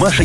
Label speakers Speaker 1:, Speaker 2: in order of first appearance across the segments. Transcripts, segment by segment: Speaker 1: Маша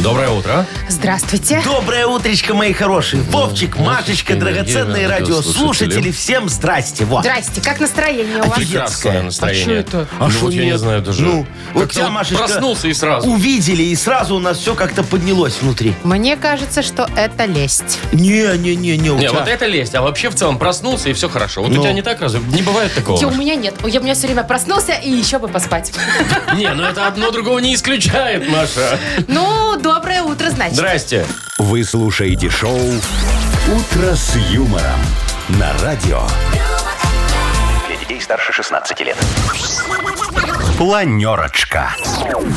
Speaker 2: Доброе утро.
Speaker 3: Здравствуйте.
Speaker 4: Доброе утречко, мои хорошие. Вовчик, Машечка,
Speaker 2: Машечка,
Speaker 4: драгоценные
Speaker 2: дорогие
Speaker 4: радиослушатели,
Speaker 2: радиослушатели.
Speaker 4: всем здрасте. Вот.
Speaker 3: Здрасте, как настроение у вас?
Speaker 4: Офигеть.
Speaker 2: Прекрасное настроение.
Speaker 3: А что это?
Speaker 2: Ну
Speaker 4: А
Speaker 2: вот
Speaker 4: что
Speaker 2: я не
Speaker 4: нет?
Speaker 2: знаю даже.
Speaker 4: Ну, вот
Speaker 2: Как-то
Speaker 4: тебя, Машечка,
Speaker 2: проснулся и сразу.
Speaker 4: Увидели, и сразу у нас все как-то поднялось внутри.
Speaker 3: Мне кажется, что это лесть.
Speaker 4: Не-не-не-не, у
Speaker 2: Не,
Speaker 4: тебя-
Speaker 2: вот это лезть, а вообще в целом проснулся и все хорошо. Вот
Speaker 4: Ну.
Speaker 2: у тебя не так разве? Не бывает такого.
Speaker 3: Хотя у меня нет. Я у меня все время проснулся и еще бы поспать.
Speaker 2: Не, ну это одно другого не исключает, Маша.
Speaker 3: Ну, доброе утро, значит.
Speaker 2: Здрасте.
Speaker 1: Вы слушаете шоу «Утро с юмором» на радио. Для детей старше 16 лет. Планерочка.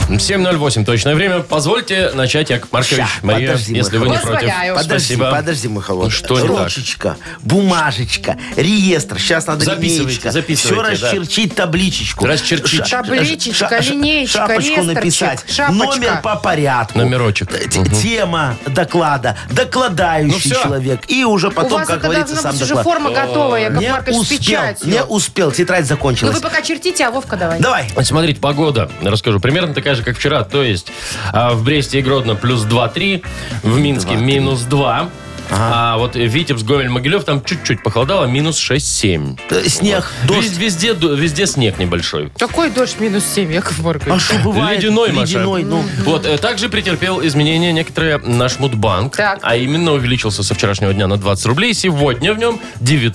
Speaker 2: 7.08 точное время. Позвольте начать, Яков Маркович,
Speaker 4: Ща,
Speaker 2: Мария,
Speaker 4: подожди, мой
Speaker 2: если вы не против.
Speaker 3: Позволяю.
Speaker 4: Подожди,
Speaker 2: Спасибо. Ну
Speaker 4: подожди, мой холодный.
Speaker 2: что не так?
Speaker 4: Ручечка, бумажечка, реестр. Сейчас надо
Speaker 2: Записывайте,
Speaker 4: линеечка.
Speaker 2: записывайте, да.
Speaker 4: Все расчерчить табличечку.
Speaker 2: Расчерчить.
Speaker 4: Ша-
Speaker 3: Табличечка,
Speaker 4: ша- ша-
Speaker 3: линеечка,
Speaker 4: Шапочку
Speaker 3: реестрчик,
Speaker 4: написать.
Speaker 3: шапочка.
Speaker 4: Номер по порядку.
Speaker 2: Номерочек.
Speaker 4: Т-
Speaker 2: Мгм.
Speaker 4: Тема доклада.
Speaker 2: Ну
Speaker 4: Докладающий
Speaker 2: всё.
Speaker 4: человек. И уже
Speaker 3: У
Speaker 4: потом,
Speaker 3: вас
Speaker 4: как
Speaker 3: это
Speaker 4: говорится,
Speaker 3: должна
Speaker 4: сам
Speaker 3: быть уже
Speaker 4: доклад.
Speaker 3: форма готова, Яков
Speaker 4: Не
Speaker 3: Маркович, с
Speaker 4: успел,
Speaker 3: печатью.
Speaker 4: не успел. Тетрадь
Speaker 3: Ну вы
Speaker 4: закончилась.
Speaker 3: пока чертите, а Вовка давай.
Speaker 4: Давай.
Speaker 2: Вот Смотрите, погода, расскажу, примерно такая же, как вчера. То есть а, в Бресте и Гродно плюс 2-3, в Минске минус 2. А вот Витебск, Гомель, Могилев, там чуть-чуть похолодало, минус 6-7.
Speaker 4: Э, Снег, дождь.
Speaker 2: Вез- Везде, ду- везде снег небольшой.
Speaker 3: Какой дождь минус 7, Яков
Speaker 4: А
Speaker 3: Маркович?
Speaker 4: что бывает?
Speaker 2: Ледяной, Маша.
Speaker 4: Ледяной, ну.
Speaker 2: Вот, э, также претерпел изменения некоторые наш Мудбанк.
Speaker 3: Так.
Speaker 2: А именно увеличился со вчерашнего дня на 20 рублей. Сегодня в нем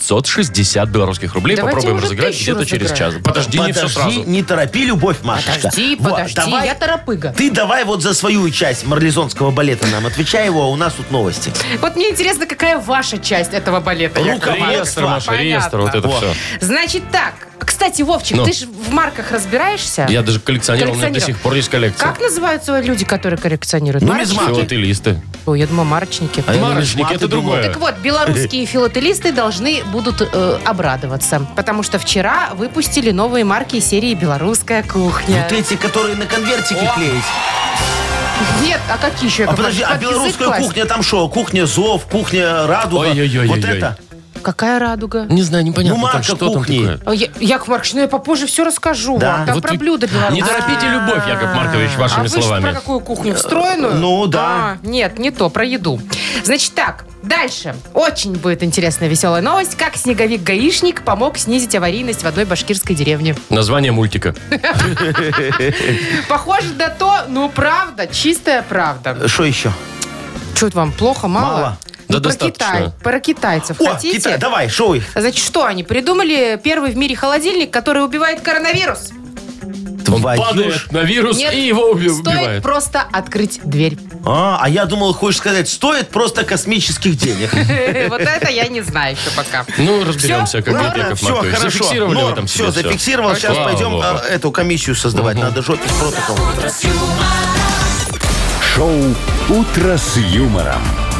Speaker 2: 960 белорусских рублей.
Speaker 3: Давайте
Speaker 2: Попробуем
Speaker 3: уже
Speaker 2: разыграть
Speaker 3: тысячу
Speaker 2: где-то через час.
Speaker 3: разыграем.
Speaker 2: Подожди, не все сразу.
Speaker 4: не торопи, любовь, Машечка.
Speaker 3: Подожди,
Speaker 4: Вот,
Speaker 3: подожди,
Speaker 4: давай.
Speaker 3: я торопыга.
Speaker 4: Ты давай вот за свою часть марлезонского балета нам отвечай его, а у нас тут новости.
Speaker 3: Вот мне интересно, какая ваша часть этого балета, Яков
Speaker 4: Руководство.
Speaker 3: Маркович?
Speaker 2: Реестр, Маша,
Speaker 3: Понятно.
Speaker 2: реестр, вот это
Speaker 4: Во.
Speaker 2: все.
Speaker 3: Значит так, кстати, Вовчик,
Speaker 2: Ну.
Speaker 3: ты же в марках разбираешься?
Speaker 2: Я даже коллекционировал, у меня до
Speaker 3: Коллекционировал.
Speaker 2: сих пор есть коллекция. Ну,
Speaker 3: Как называются люди, которые
Speaker 4: Ну,
Speaker 3: коллекционируют? Марочники?
Speaker 2: Филателисты.
Speaker 3: Ой, я думаю, марочники.
Speaker 4: А я думаю,
Speaker 2: Марочники,
Speaker 4: шматы
Speaker 2: это
Speaker 4: думаю.
Speaker 2: другое.
Speaker 3: Так вот, белорусские филателисты должны будут э, обрадоваться, потому что вчера выпустили новые марки серии «Белорусская кухня».
Speaker 4: Вот эти, которые на конвертике
Speaker 3: О,
Speaker 4: клеить.
Speaker 3: Нет, а какие еще?
Speaker 4: А
Speaker 3: Яков
Speaker 4: подожди, а
Speaker 3: Маркович, под язык
Speaker 4: белорусская
Speaker 3: класть?
Speaker 4: кухня там что? Кухня зов, кухня радуга.
Speaker 2: Ой-ой-ой-ой-ой.
Speaker 4: Вот это.
Speaker 3: Какая радуга?
Speaker 2: Не знаю, непонятно,
Speaker 4: Ну,
Speaker 2: там,
Speaker 4: марка
Speaker 2: что там
Speaker 4: кухни.
Speaker 2: такое.
Speaker 3: Ой, Я, Яков Маркович, ну я попозже все расскажу
Speaker 4: Да.
Speaker 3: вам. Там
Speaker 2: Вот
Speaker 3: про
Speaker 2: вы
Speaker 3: блюда
Speaker 2: Не
Speaker 3: белорусские.
Speaker 2: торопите любовь, Яков Маркович,
Speaker 3: а
Speaker 2: вашими
Speaker 3: вы ж про
Speaker 2: словами.
Speaker 3: какую кухню? Встроенную?
Speaker 4: Ну, да.
Speaker 3: А, нет, не то, про еду. Значит так, дальше. Очень будет интересная веселая новость. Как снеговик-гаишник помог снизить аварийность в одной башкирской деревне.
Speaker 2: Название мультика.
Speaker 3: Похоже на то, ну правда, чистая правда.
Speaker 4: Что еще?
Speaker 3: Что это вам, плохо, мало?
Speaker 4: Мало.
Speaker 2: Да
Speaker 3: Ну, про
Speaker 2: достаточно.
Speaker 3: Китай, про китайцев
Speaker 4: О,
Speaker 3: хотите?
Speaker 4: Китай, давай, шо их?
Speaker 3: Значит, что они придумали? Первый в мире холодильник, который убивает коронавирус.
Speaker 2: Он
Speaker 4: Твою ж.
Speaker 2: падает на вирус
Speaker 3: Нет,
Speaker 2: и его уби-
Speaker 3: Стоит
Speaker 2: убивает.
Speaker 3: просто открыть дверь.
Speaker 4: А, а я думал, хочешь сказать, стоит просто космических денег.
Speaker 3: Вот это я не знаю еще пока.
Speaker 2: Ну, разберемся,
Speaker 3: Всё?
Speaker 2: как будет,
Speaker 3: Ладно,
Speaker 2: Яков
Speaker 4: Все,
Speaker 2: Маркович.
Speaker 4: хорошо.
Speaker 2: Зафиксировали
Speaker 4: Норм,
Speaker 2: в этом
Speaker 4: все,
Speaker 2: себе всё.
Speaker 4: зафиксировал. Сейчас
Speaker 2: Слава
Speaker 4: пойдем
Speaker 2: богу.
Speaker 4: а, эту комиссию создавать. Надо жопить протокол.
Speaker 1: Шоу «Утро с юмором»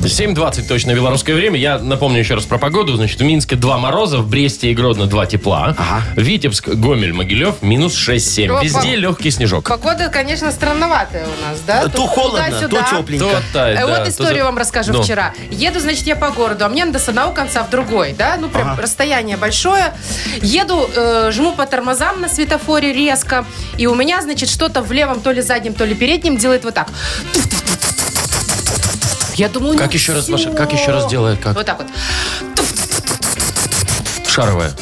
Speaker 2: 7.20 точно белорусское время. Я напомню еще раз про погоду. Значит, в Минске 2 мороза, в Бресте и Гродно 2 тепла. Витебск, Гомель, Могилев минус 6-7.
Speaker 3: Опа.
Speaker 2: Везде легкий снежок.
Speaker 3: Погода, конечно, странноватая у нас, да?
Speaker 4: То
Speaker 3: Тут
Speaker 4: холодно, то
Speaker 3: туда-сюда.
Speaker 4: тепленько.
Speaker 2: А То тает, да,
Speaker 3: Э, вот
Speaker 2: то
Speaker 3: историю
Speaker 2: за-
Speaker 3: вам расскажу
Speaker 2: Ну.
Speaker 3: вчера. Еду, значит, я по городу, а мне надо с одного конца в другой, да, ну прям расстояние большое. Еду, э, жму по тормозам на светофоре резко, и у меня, значит, что-то в левом, то ли заднем, то ли переднем делает вот так. Я думаю, ну
Speaker 2: Как еще раз,
Speaker 3: всё.
Speaker 2: Маша, как еще раз делает? Как?
Speaker 3: Вот так вот.
Speaker 2: Шаровая.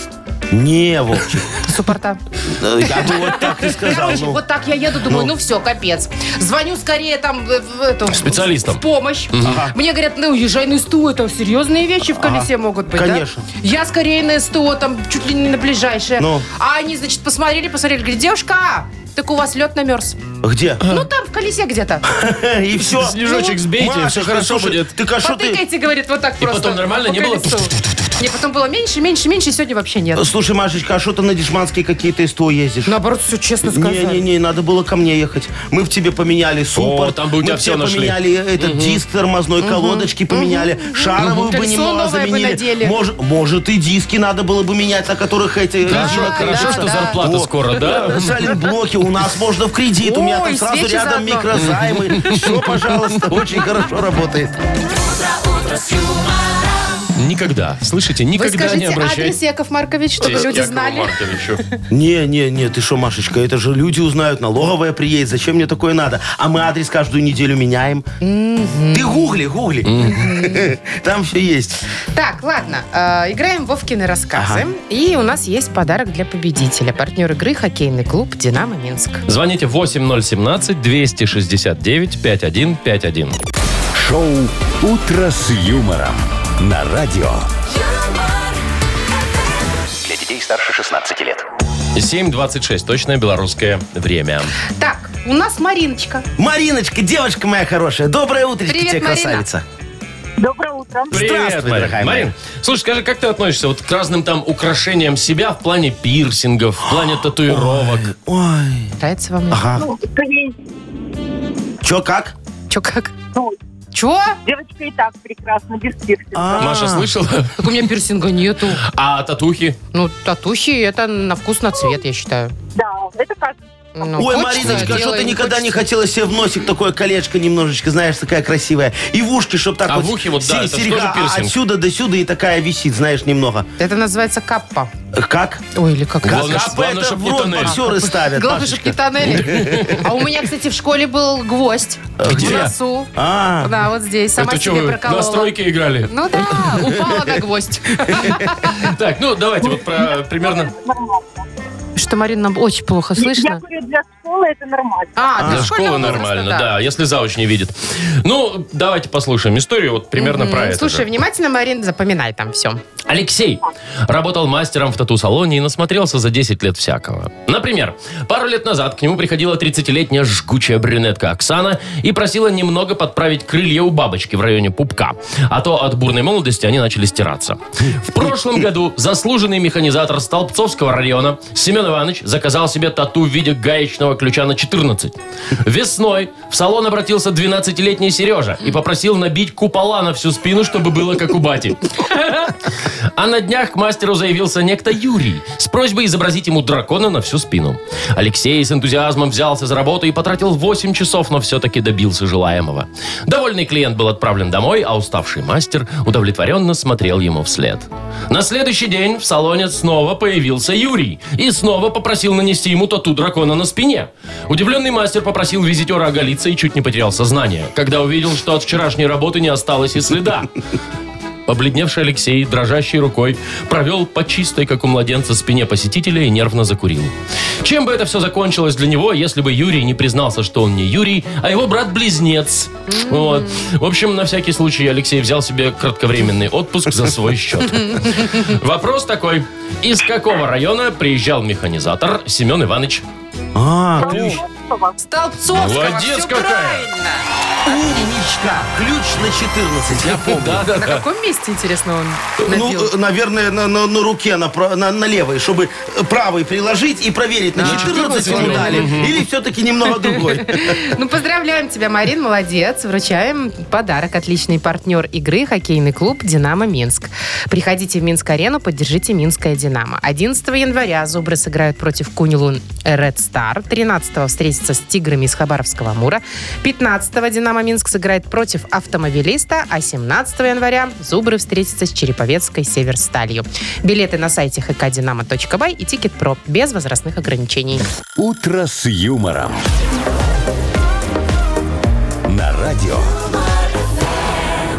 Speaker 4: Не, Вовчик.
Speaker 3: Суппорта.
Speaker 4: Э, Я бы вот так и сказал.
Speaker 3: Короче,
Speaker 4: ну.
Speaker 3: вот так я еду, думаю, ну, все, капец. Звоню скорее там э, в эту-
Speaker 2: Специалистам.
Speaker 3: В помощь. Мне говорят, ну езжай на СТО, там серьезные вещи в колесе могут быть, да?
Speaker 4: Конечно.
Speaker 3: Я скорее на СТО, там чуть ли не на ближайшее.
Speaker 4: Ну.
Speaker 3: А они, значит, посмотрели, посмотрели, говорят, девушка, так у вас лед намерз.
Speaker 4: Где?
Speaker 2: А.
Speaker 3: Ну там, в колесе где-то.
Speaker 4: И все.
Speaker 2: Снежочек сбейте, всё хорошо будет.
Speaker 4: Ты а что ты?
Speaker 3: Потыкайте, говорит, вот так
Speaker 2: И
Speaker 3: просто.
Speaker 2: потом нормально
Speaker 3: по
Speaker 2: не было?
Speaker 3: колесу. Мне потом было меньше, меньше, меньше, и сегодня вообще нет.
Speaker 4: Слушай, Машечка, а что ты на дешманские какие-то СТО ездишь?
Speaker 3: Наоборот, все честно сказали.
Speaker 4: Не-не-не, надо было ко мне ехать. Мы в тебе поменяли суппорт.
Speaker 2: там бы у
Speaker 4: мы
Speaker 2: тебя
Speaker 4: в
Speaker 2: всё
Speaker 4: тебе
Speaker 2: нашли.
Speaker 4: поменяли этот диск тормозной, колодочки поменяли, шаровую бы
Speaker 3: Колесо
Speaker 4: не мо-
Speaker 3: новое бы
Speaker 4: заменили.
Speaker 3: надели.
Speaker 4: Мож- может, и диски надо было бы менять, на которых эти...
Speaker 2: Хорошо,
Speaker 4: резинок
Speaker 2: хорошо,
Speaker 3: да,
Speaker 2: что
Speaker 3: да.
Speaker 2: зарплата
Speaker 4: О.
Speaker 2: скоро, да?
Speaker 4: блоки у нас можно в кредит. У меня там
Speaker 3: Ой,
Speaker 4: сразу
Speaker 3: свечи
Speaker 4: рядом
Speaker 3: заодно.
Speaker 4: микрозаймы. Все, пожалуйста, очень хорошо работает.
Speaker 2: Никогда. Слышите,
Speaker 3: Вы
Speaker 2: никогда не
Speaker 3: скажите адрес,
Speaker 2: обращайтесь.
Speaker 3: Яков Маркович, чтобы
Speaker 2: к
Speaker 3: люди
Speaker 2: Якову
Speaker 3: знали.
Speaker 2: Марковичу.
Speaker 4: Не, не, не, ты что, Машечка, это же люди узнают, налоговая приедет, зачем мне такое надо? А мы адрес каждую неделю меняем. Ты гугли, гугли. Там все есть.
Speaker 3: Так, ладно, э, играем в Вовкины рассказы. И у нас есть подарок для победителя. Партнер игры хоккейный клуб «Динамо Минск».
Speaker 2: Звоните 8017-269-5151.
Speaker 1: Шоу «Утро с юмором» на радио.
Speaker 5: Для детей старше 16 лет.
Speaker 2: 7.26. Точное белорусское время.
Speaker 3: Так, у нас Мариночка.
Speaker 4: Мариночка, девочка моя хорошая, доброе утречко
Speaker 3: Привет,
Speaker 4: тебе,
Speaker 3: Марина.
Speaker 4: красавица.
Speaker 6: Доброе утро.
Speaker 4: Здравствуй,
Speaker 2: Марин.
Speaker 4: дорогая моя.
Speaker 2: Марин, слушай, скажи, как ты относишься вот к разным там украшениям себя в плане пирсингов, в плане татуировок?
Speaker 4: Ой.
Speaker 3: Нравится вам?
Speaker 4: Ага.
Speaker 6: Ну, то есть,
Speaker 4: Че, как?
Speaker 3: Че как?
Speaker 6: ну,
Speaker 3: Чё?
Speaker 6: девочка и так прекрасно, без пирсинга.
Speaker 4: А.
Speaker 2: Маша слышала?
Speaker 3: Так у меня пирсинга нету.
Speaker 2: А татухи?
Speaker 3: Ну, татухи это на вкус, на цвет, я считаю.
Speaker 6: Да, это как
Speaker 3: Ну,
Speaker 4: Ой,
Speaker 3: хочется,
Speaker 4: Мариночка, а что
Speaker 3: делай,
Speaker 4: ты никогда не
Speaker 3: хочется.
Speaker 4: хотела себе в носик такое колечко немножечко, знаешь, такая красивая. И в ушки, чтобы так
Speaker 2: А
Speaker 4: вот...
Speaker 2: в ухе вот, да,
Speaker 4: се-
Speaker 2: это
Speaker 4: серьга
Speaker 2: тоже пирсинг.
Speaker 4: отсюда до сюда и такая висит, знаешь, немного.
Speaker 3: Это называется каппа.
Speaker 4: Э, Как?
Speaker 3: Ой, или как?
Speaker 4: Как?
Speaker 2: Главное,
Speaker 4: Капы
Speaker 2: главное,
Speaker 4: это
Speaker 2: чтоб
Speaker 4: в
Speaker 2: не
Speaker 4: рот
Speaker 2: тоннель.
Speaker 4: боксеры ставят,
Speaker 3: Главное, чтобы не
Speaker 4: Машечка.
Speaker 3: тоннели. А у меня, кстати, в школе был гвоздь.
Speaker 2: Где?
Speaker 3: В носу.
Speaker 4: А,
Speaker 3: Да, вот здесь. Сама
Speaker 2: Это что,
Speaker 3: себе
Speaker 2: вы
Speaker 3: проколола.
Speaker 2: на стройке играли?
Speaker 3: Ну да, упала на гвоздь.
Speaker 2: Так, ну давайте вот про примерно...
Speaker 6: нормально.
Speaker 3: Что, Марина, нам очень плохо
Speaker 6: Я
Speaker 3: слышно.
Speaker 6: говорю, для школы это нормально.
Speaker 3: А,
Speaker 2: Для школы
Speaker 3: школьного
Speaker 2: ну, нормально,
Speaker 3: возраста,
Speaker 2: да, если зауч не видит. Ну, давайте послушаем историю, вот примерно
Speaker 3: Мгм.
Speaker 2: про это.
Speaker 3: Слушай,
Speaker 2: же.
Speaker 3: внимательно, Марин, запоминай там все.
Speaker 2: Алексей работал мастером в тату-салоне и насмотрелся за 10 лет всякого. Например, пару лет назад к нему приходила 30-летняя жгучая брюнетка Оксана и просила немного подправить крылья у бабочки в районе пупка, а то от бурной молодости они начали стираться. В прошлом году заслуженный механизатор Столбцовского района Семен Иванович заказал себе тату в виде гаечного ключа на 14. Весной в салон обратился 12-летний Сережа и попросил набить купола на всю спину, чтобы было как у бати. А на днях к мастеру заявился некто Юрий с просьбой изобразить ему дракона на всю спину. Алексей с энтузиазмом взялся за работу и потратил 8 часов, но все-таки добился желаемого. Довольный клиент был отправлен домой, а уставший мастер удовлетворенно смотрел ему вслед. На следующий день в салоне снова появился Юрий и снова попросил нанести ему тату дракона на спине. Удивленный мастер попросил визитера оголиться и чуть не потерял сознание, когда увидел, что от вчерашней работы не осталось и следа. Побледневший Алексей, дрожащей рукой, провел по чистой, как у младенца, спине посетителя и нервно закурил. Чем бы это все закончилось для него, если бы Юрий не признался, что он не Юрий, а его брат-близнец? Вот. В общем, на всякий случай Алексей взял себе кратковременный отпуск за свой счет. Вопрос такой. Из какого района приезжал механизатор Семен Иванович?
Speaker 4: а,
Speaker 6: Ключ.
Speaker 4: ключ.
Speaker 3: Столбцовского,
Speaker 2: Молодец
Speaker 3: всё
Speaker 2: какая!
Speaker 3: правильно.
Speaker 4: Умничка. Ключ на 14, я помню.
Speaker 2: Да, да, да.
Speaker 3: На каком месте, интересно, он набил?
Speaker 4: Ну, э, наверное, на, на- на руке, на, пра- на, на левой, чтобы э, правой приложить и проверить, на 14 ему
Speaker 2: 14
Speaker 4: дали. Или все-таки немного другой.
Speaker 3: Ну, поздравляем тебя, Марин, молодец. Вручаем подарок. Отличный партнер игры хоккейный клуб «Динамо Минск». Приходите в Минск-арену, поддержите «Минское Динамо». 11 января «Зубры» сыграют против «Кунилун Ред Стар». 13 встретятся с «Тиграми» из Хабаровского Амура. 15 «Динамо Минск» сыграет против «Автомобилиста», а 17 января «Зубры» встретятся с «Череповецкой Северсталью». Билеты на сайте hkdinamo.by и «Тикет.Про» без возрастных ограничений.
Speaker 1: «Утро с юмором». На радио.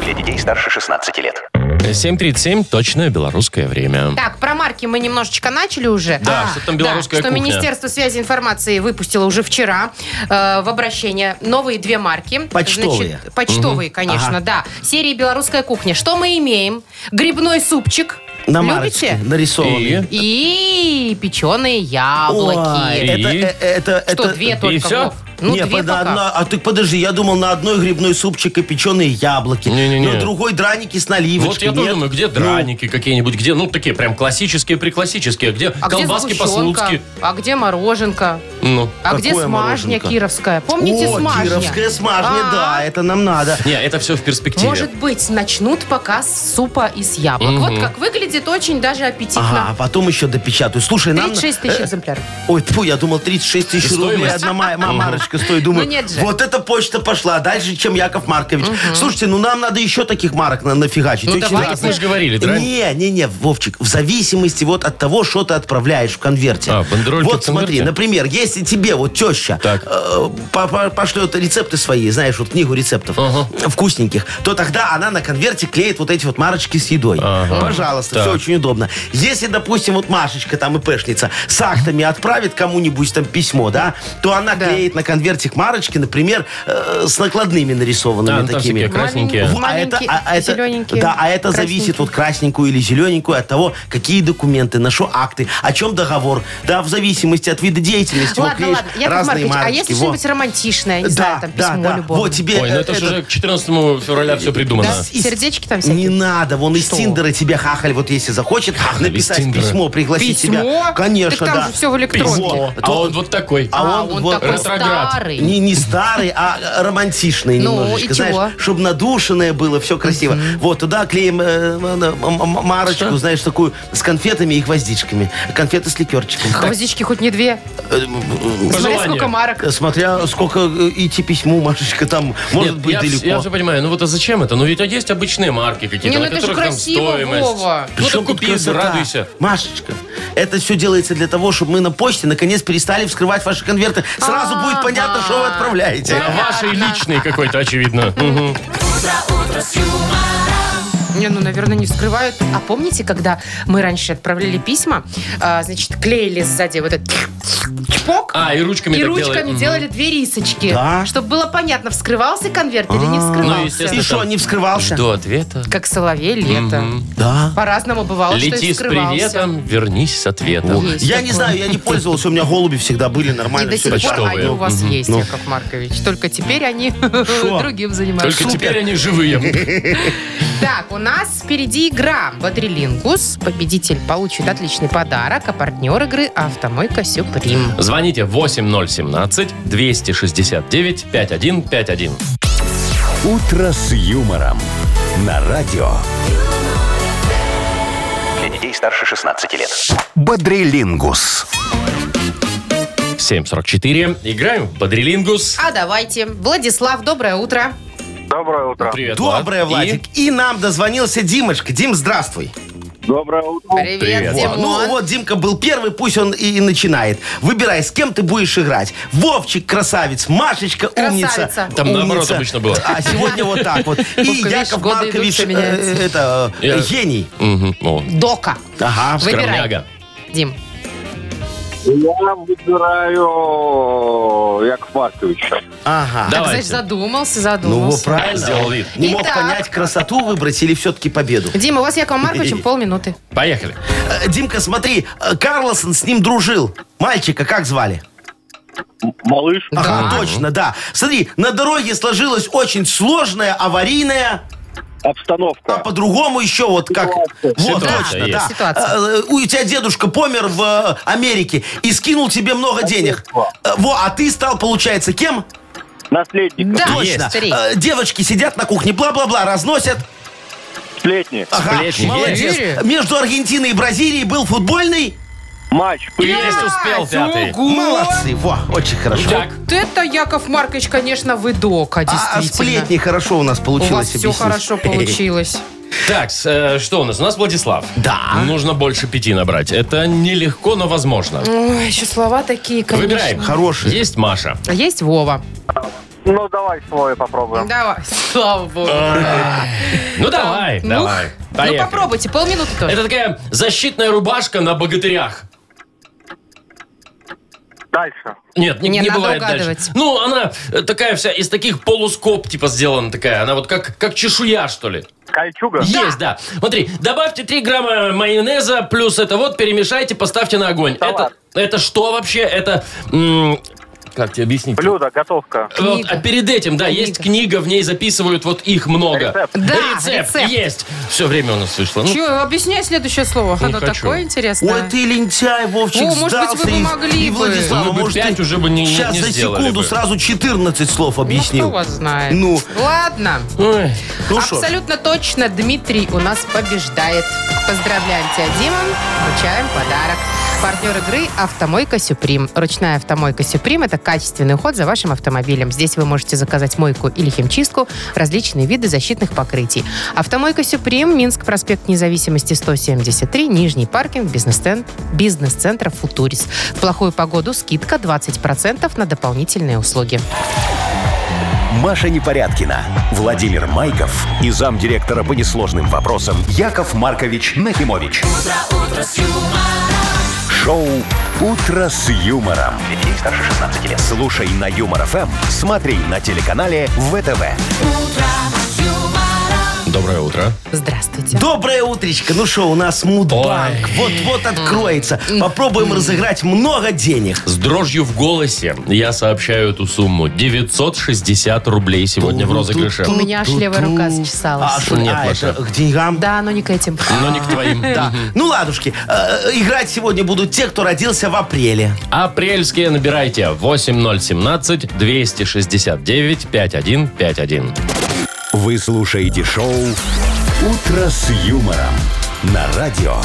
Speaker 5: Для детей старше 16 лет.
Speaker 2: 7.37, точное белорусское время.
Speaker 3: Так, про марки мы немножечко начали уже. А,
Speaker 2: Да, что там белорусская
Speaker 3: что
Speaker 2: кухня.
Speaker 3: Министерство связи и информации выпустило уже вчера э, в обращение новые две марки.
Speaker 4: Почтовые.
Speaker 3: Значит, почтовые, конечно,
Speaker 4: Ага.
Speaker 3: да. Серии «Белорусская кухня». Что мы имеем? Грибной супчик.
Speaker 4: На марочке
Speaker 3: Любите?
Speaker 2: И?
Speaker 4: нарисованный.
Speaker 3: И печеные яблоки.
Speaker 4: Ой, это, э, это,
Speaker 3: А Что,
Speaker 4: это-
Speaker 3: две
Speaker 2: и
Speaker 3: только?
Speaker 2: всё?
Speaker 3: Вов? Ну,
Speaker 4: Не,
Speaker 3: две
Speaker 4: под- на
Speaker 3: пока.
Speaker 4: одна- а ты подожди, я думал, на одной грибной супчик и печеные яблоки.
Speaker 2: Не-не-не.
Speaker 4: На другой драники с наливочкой.
Speaker 2: Вот я тоже
Speaker 4: нет?
Speaker 2: думаю, где
Speaker 4: Ну,
Speaker 2: драники какие-нибудь, где, ну, такие прям классические, приклассические, где
Speaker 3: А где
Speaker 2: колбаски
Speaker 3: сгущенка?
Speaker 2: по-слуцки.
Speaker 3: А где мороженка?
Speaker 2: Ну.
Speaker 3: А
Speaker 4: Какое
Speaker 3: где смажня
Speaker 4: мороженка?
Speaker 3: кировская? Помните
Speaker 4: О,
Speaker 3: смажня?
Speaker 4: кировская смажня,
Speaker 3: А,
Speaker 4: да, это нам надо.
Speaker 2: Не, это все в перспективе.
Speaker 3: Может быть, начнут показ супа из яблок.
Speaker 2: Мгм.
Speaker 3: Вот как выглядит очень даже
Speaker 4: Ага, а
Speaker 3: аппетитно.
Speaker 4: потом еще допечатаю. Слушай, нам... э,
Speaker 3: 36 тысяч экземпляров.
Speaker 4: Ой, тьфу, я думал 36 тысяч
Speaker 2: Стоимость?
Speaker 4: рублей. Одна ма- ма- марочка стоит. Думаю,
Speaker 3: Ну, нет же.
Speaker 4: вот эта почта пошла дальше, чем Яков Маркович. Слушайте, ну нам надо еще таких марок на- нафигачить.
Speaker 3: Ну,
Speaker 4: Очень
Speaker 3: давайте.
Speaker 4: разные.
Speaker 2: Мы же говорили, дрань.
Speaker 4: Не, не, не, Вовчик, в зависимости вот от того, что ты отправляешь в конверте.
Speaker 2: А, бандерольки
Speaker 4: Вот
Speaker 2: в
Speaker 4: смотри,
Speaker 2: конверте?
Speaker 4: например, если тебе вот теща
Speaker 2: Так.
Speaker 4: э, по- по- пошлет рецепты свои, знаешь, вот книгу рецептов
Speaker 2: Ага.
Speaker 4: вкусненьких, то тогда она на конверте клеит вот эти вот марочки с едой.
Speaker 2: Ага.
Speaker 4: Пожалуйста,
Speaker 2: Так.
Speaker 4: все очень удобно. Если, допустим, вот Машечка там и пешница с актами отправит кому-нибудь там письмо, да, то она
Speaker 3: Да.
Speaker 4: клеит на конвертик марочки, например, э, с накладными нарисованными
Speaker 2: Да, ну, там
Speaker 4: такими.
Speaker 2: всякие красненькие.
Speaker 3: Маленькие.
Speaker 4: Во, а это, а- а это-
Speaker 3: зелененькие,
Speaker 4: да, а это
Speaker 3: красненькие.
Speaker 4: зависит вот красненькую или зелененькую от того, какие документы, на что акты, о чем договор. Да, в зависимости от вида деятельности. вот
Speaker 3: Ладно,
Speaker 4: клеишь
Speaker 3: ладно. Яков
Speaker 4: разные
Speaker 3: Маркович, а
Speaker 4: марочки,
Speaker 3: если
Speaker 4: во.
Speaker 3: что-нибудь романтичное, не
Speaker 4: да,
Speaker 3: знаю, там
Speaker 4: да,
Speaker 3: письмо
Speaker 4: да.
Speaker 3: любовное?
Speaker 4: Вот тебе
Speaker 2: Ой, ну
Speaker 4: э,
Speaker 2: это же
Speaker 4: этот-
Speaker 2: уже к 14 февраля все придумано.
Speaker 3: Да?
Speaker 4: из-
Speaker 3: Сердечки там всякие?
Speaker 4: Не надо, вон из
Speaker 3: Что?
Speaker 4: Тиндера тебе хахаль, вот если захочет,
Speaker 2: Хахаль из
Speaker 4: написать
Speaker 2: Тиндера.
Speaker 4: письмо, пригласить
Speaker 3: Письмо?
Speaker 4: тебя. Конечно,
Speaker 3: Так там
Speaker 4: да.
Speaker 3: же все в электронке.
Speaker 4: Письмо.
Speaker 2: А он вот такой.
Speaker 4: А
Speaker 3: А,
Speaker 4: он
Speaker 3: он
Speaker 4: вот
Speaker 3: такой
Speaker 2: ретроград.
Speaker 3: старый.
Speaker 4: Не, не старый, а романтичный
Speaker 3: Ну,
Speaker 4: немножечко,
Speaker 3: и чего?
Speaker 4: знаешь, чтобы надушенное было, все красиво. Вот, туда клеим э, м- м- м- марочку, знаешь, такую, с конфетами и гвоздичками. Конфеты с ликерчиком.
Speaker 3: Гвоздички А хоть не две.
Speaker 4: Э, м- м-
Speaker 2: По
Speaker 3: Смотри,
Speaker 2: желанию.
Speaker 3: сколько марок.
Speaker 4: Смотря сколько э, идти письму, Машечка, там может
Speaker 2: Нет,
Speaker 4: быть
Speaker 2: я, вс-
Speaker 4: далеко.
Speaker 2: я все понимаю, ну вот а зачем это? Ну ведь а есть обычные марки какие-то,
Speaker 3: Не, ну
Speaker 2: на
Speaker 3: это же
Speaker 2: которых там
Speaker 3: красиво,
Speaker 2: стоимость.
Speaker 3: Вова.
Speaker 2: Ну
Speaker 4: Причем
Speaker 2: так
Speaker 4: тут
Speaker 2: купи,
Speaker 4: красота?
Speaker 2: радуйся.
Speaker 4: Машечка, это все делается для того, чтобы мы на почте наконец перестали вскрывать ваши конверты.
Speaker 3: А,
Speaker 4: Сразу будет понятно, что вы отправляете.
Speaker 2: На вашей личной какой-то, очевидно. Мгм.
Speaker 3: Не, ну, наверное, не вскрывают. А помните, когда мы раньше отправляли письма, а, значит, клеили сзади вот этот чпок?
Speaker 2: А, и ручками
Speaker 3: И
Speaker 2: так
Speaker 3: ручками
Speaker 2: делают.
Speaker 3: делали две рисочки,
Speaker 4: Да. А,
Speaker 3: чтобы было понятно, вскрывался конверт или не вскрывался.
Speaker 2: Ну, естественно.
Speaker 4: И что, не вскрывался?
Speaker 2: Жду ответа.
Speaker 3: Как соловей лето.
Speaker 4: Да.
Speaker 3: По-разному бывало, А что и
Speaker 2: Лети с
Speaker 3: вскрывался.
Speaker 2: приветом, вернись с ответом.
Speaker 3: Есть
Speaker 4: Я
Speaker 3: такое.
Speaker 4: не знаю, я не пользовался, у меня голуби всегда были
Speaker 3: И
Speaker 4: нормально.
Speaker 3: до
Speaker 4: всё.
Speaker 3: сих пор
Speaker 2: почтовые.
Speaker 3: они у вас есть,
Speaker 4: Ну.
Speaker 3: Яков Маркович. Только теперь они
Speaker 4: Шо?
Speaker 3: другим занимаются.
Speaker 2: Только теперь они живые.
Speaker 3: Так, у нас впереди игра «Бодрилингус». Победитель получит отличный подарок, а партнер игры «Автомойка Сюприм».
Speaker 2: Звоните 8017-269-5151.
Speaker 1: «Утро с юмором» на радио.
Speaker 5: Для детей старше 16 лет.
Speaker 1: Бодрилингус.
Speaker 2: 744. Играем в Бодрилингус.
Speaker 3: А давайте. Владислав, доброе утро.
Speaker 7: Доброе утро.
Speaker 2: Привет, Влад.
Speaker 4: Доброе,
Speaker 2: И
Speaker 4: Владик. И нам дозвонился Димочка. Дим, здравствуй.
Speaker 7: Доброе утро.
Speaker 3: Привет,
Speaker 2: привет.
Speaker 3: Димон.
Speaker 4: Ну вот, Димка был первый, пусть он и, и начинает. Выбирай, с кем ты будешь играть. Вовчик красавец, Машечка
Speaker 3: Красавица.
Speaker 4: умница.
Speaker 2: Там наоборот
Speaker 4: умница.
Speaker 2: обычно было.
Speaker 4: А сегодня вот так вот. И
Speaker 3: видишь,
Speaker 4: Яков
Speaker 3: годы идут,
Speaker 4: Маркович,
Speaker 3: всё
Speaker 4: э,
Speaker 3: меняется.
Speaker 4: э, это, э,
Speaker 2: Я-
Speaker 4: гений.
Speaker 2: Мгм. О,
Speaker 3: Дока.
Speaker 4: Ага.
Speaker 3: Вы- Выбирай.
Speaker 2: скромняга.
Speaker 3: Дим.
Speaker 7: Я выбираю Яков Маркович.
Speaker 3: Так, А,
Speaker 4: Ага.
Speaker 3: значит,
Speaker 2: Давайте.
Speaker 3: задумался,
Speaker 4: Ну,
Speaker 3: задумался.
Speaker 4: вот правильно.
Speaker 2: Сделал вид.
Speaker 4: Не мог
Speaker 3: Итак.
Speaker 4: понять, красоту выбрать или все-таки победу.
Speaker 3: Дима, у вас с Яковом Марковичем полминуты.
Speaker 2: Поехали.
Speaker 4: Э, Димка, смотри, э, Карлсон с ним дружил. Мальчика как звали?
Speaker 7: Малыш.
Speaker 4: Ага, точно, да. Смотри, на дороге сложилась очень сложная, аварийная, а
Speaker 7: Обстановка.
Speaker 4: по-другому еще вот как... Вот,
Speaker 2: Ситуация
Speaker 4: точно,
Speaker 2: есть.
Speaker 4: да.
Speaker 3: Ситуация.
Speaker 4: Э, э, У тебя дедушка помер в э, Америке и скинул тебе много денег. Э, Во, а ты стал, получается, кем?
Speaker 7: Наследник.
Speaker 3: Да,
Speaker 4: Точно.
Speaker 3: Три.
Speaker 4: Э, Девочки сидят на кухне, бла-бла-бла, разносят.
Speaker 7: Сплетни.
Speaker 4: Ага,
Speaker 2: Сплетни.
Speaker 4: молодец.
Speaker 3: Верю.
Speaker 4: Между Аргентиной и Бразилией был футбольный.
Speaker 7: Матч.
Speaker 2: Есть успел пятый.
Speaker 4: Молодцы, во, очень хорошо.
Speaker 2: Так,
Speaker 3: Вот это, Яков Маркович, конечно, вы дока,
Speaker 4: А, а
Speaker 3: действительно.
Speaker 4: сплетни хорошо у нас
Speaker 3: у
Speaker 4: получилось.
Speaker 3: вас все
Speaker 4: объяснить.
Speaker 3: хорошо получилось.
Speaker 2: так, с, э, что у нас? У нас Владислав.
Speaker 4: Да.
Speaker 2: Нужно больше пяти набрать. Это нелегко, но возможно.
Speaker 3: Ой, еще слова такие, конечно.
Speaker 2: Выбираем.
Speaker 4: Хороший.
Speaker 2: Есть Маша.
Speaker 3: А Есть Вова.
Speaker 7: Ну, давай свой попробуем.
Speaker 3: Давай. Слава богу.
Speaker 2: Ну А, давай,
Speaker 3: Ну,
Speaker 2: давай.
Speaker 3: Ну
Speaker 2: Поехали.
Speaker 3: попробуйте, полминуты тоже.
Speaker 2: Это такая защитная рубашка на богатырях.
Speaker 7: Дальше.
Speaker 2: Нет, не,
Speaker 3: Не,
Speaker 2: не
Speaker 3: надо
Speaker 2: бывает
Speaker 3: угадывать.
Speaker 2: дальше. Ну, она э, такая вся из таких полускоп, типа, сделана такая. Она вот как, как чешуя, что ли.
Speaker 7: Кольчуга.
Speaker 2: Есть, да. Смотри, добавьте 3 грамма майонеза, плюс это вот, перемешайте, поставьте на огонь. Это,
Speaker 7: Салат.
Speaker 2: это что вообще? Это... м,
Speaker 4: Как тебе объяснить?
Speaker 7: Блюдо, готовка.
Speaker 2: Вот,
Speaker 3: Книга.
Speaker 2: а перед этим, да, есть книга, в ней записывают вот их много.
Speaker 7: Рецепт.
Speaker 3: Да,
Speaker 2: рецепт,
Speaker 3: рецепт.
Speaker 2: есть. Все время у нас вышло. Ну,
Speaker 3: Чё, объясняй следующее слово.
Speaker 2: Не
Speaker 3: Оно
Speaker 2: хочу.
Speaker 3: такое интересное. Ну,
Speaker 4: Ой, ты лентяй, Вовчик,
Speaker 3: О, может быть, вы
Speaker 4: сдался
Speaker 3: бы
Speaker 4: и-
Speaker 3: могли
Speaker 4: и
Speaker 3: бы.
Speaker 4: Владислава,
Speaker 2: Мы бы
Speaker 4: может,
Speaker 2: пять
Speaker 4: ты
Speaker 2: уже бы не-
Speaker 4: сейчас
Speaker 2: не
Speaker 4: за
Speaker 2: сделали
Speaker 4: секунду
Speaker 2: бы.
Speaker 4: сразу 14 слов
Speaker 3: Ну, кто
Speaker 4: объяснил.
Speaker 3: вас знает.
Speaker 4: Ну.
Speaker 3: Ладно.
Speaker 2: ой,
Speaker 4: Ну что,
Speaker 3: Абсолютно точно Дмитрий у нас побеждает. Поздравляем тебя, Дима. Вручаем подарок. Партнер игры «Автомойка Сюприм». Ручная «Автомойка Сюприм» — это качественный уход за вашим автомобилем. Здесь вы можете заказать мойку или химчистку, различные виды защитных покрытий. «Автомойка Сюприм», Минск, проспект Независимости, 173, Нижний паркинг, бизнес-центр бизнес «Футурис». В плохую погоду скидка 20% на дополнительные услуги.
Speaker 1: Маша Непорядкина, Владимир Майков и замдиректора по несложным вопросам Яков Маркович Нахимович. Шоу Утро с юмором. Для детей старше 16 лет. Слушай на юмор ФМ, смотри на телеканале ВТВ.
Speaker 2: доброе утро.
Speaker 3: Здравствуйте.
Speaker 4: Доброе утречко. Ну что, у нас мудбанк. Вот-вот откроется. Попробуем разыграть много денег.
Speaker 2: С дрожью в голосе я сообщаю эту сумму. 960 рублей сегодня в розыгрыше.
Speaker 3: У меня аж левая рука зачесалась.
Speaker 4: А, шо,
Speaker 2: Нет,
Speaker 4: а,
Speaker 2: Маша.
Speaker 4: это к деньгам?
Speaker 3: Да, но не к этим.
Speaker 2: Но не к твоим.
Speaker 4: Да. Ну, ладушки, э, э, играть сегодня будут те, кто родился в апреле.
Speaker 2: Апрельские набирайте 8017-269-5151.
Speaker 1: Вы слушаете шоу Утро с юмором на радио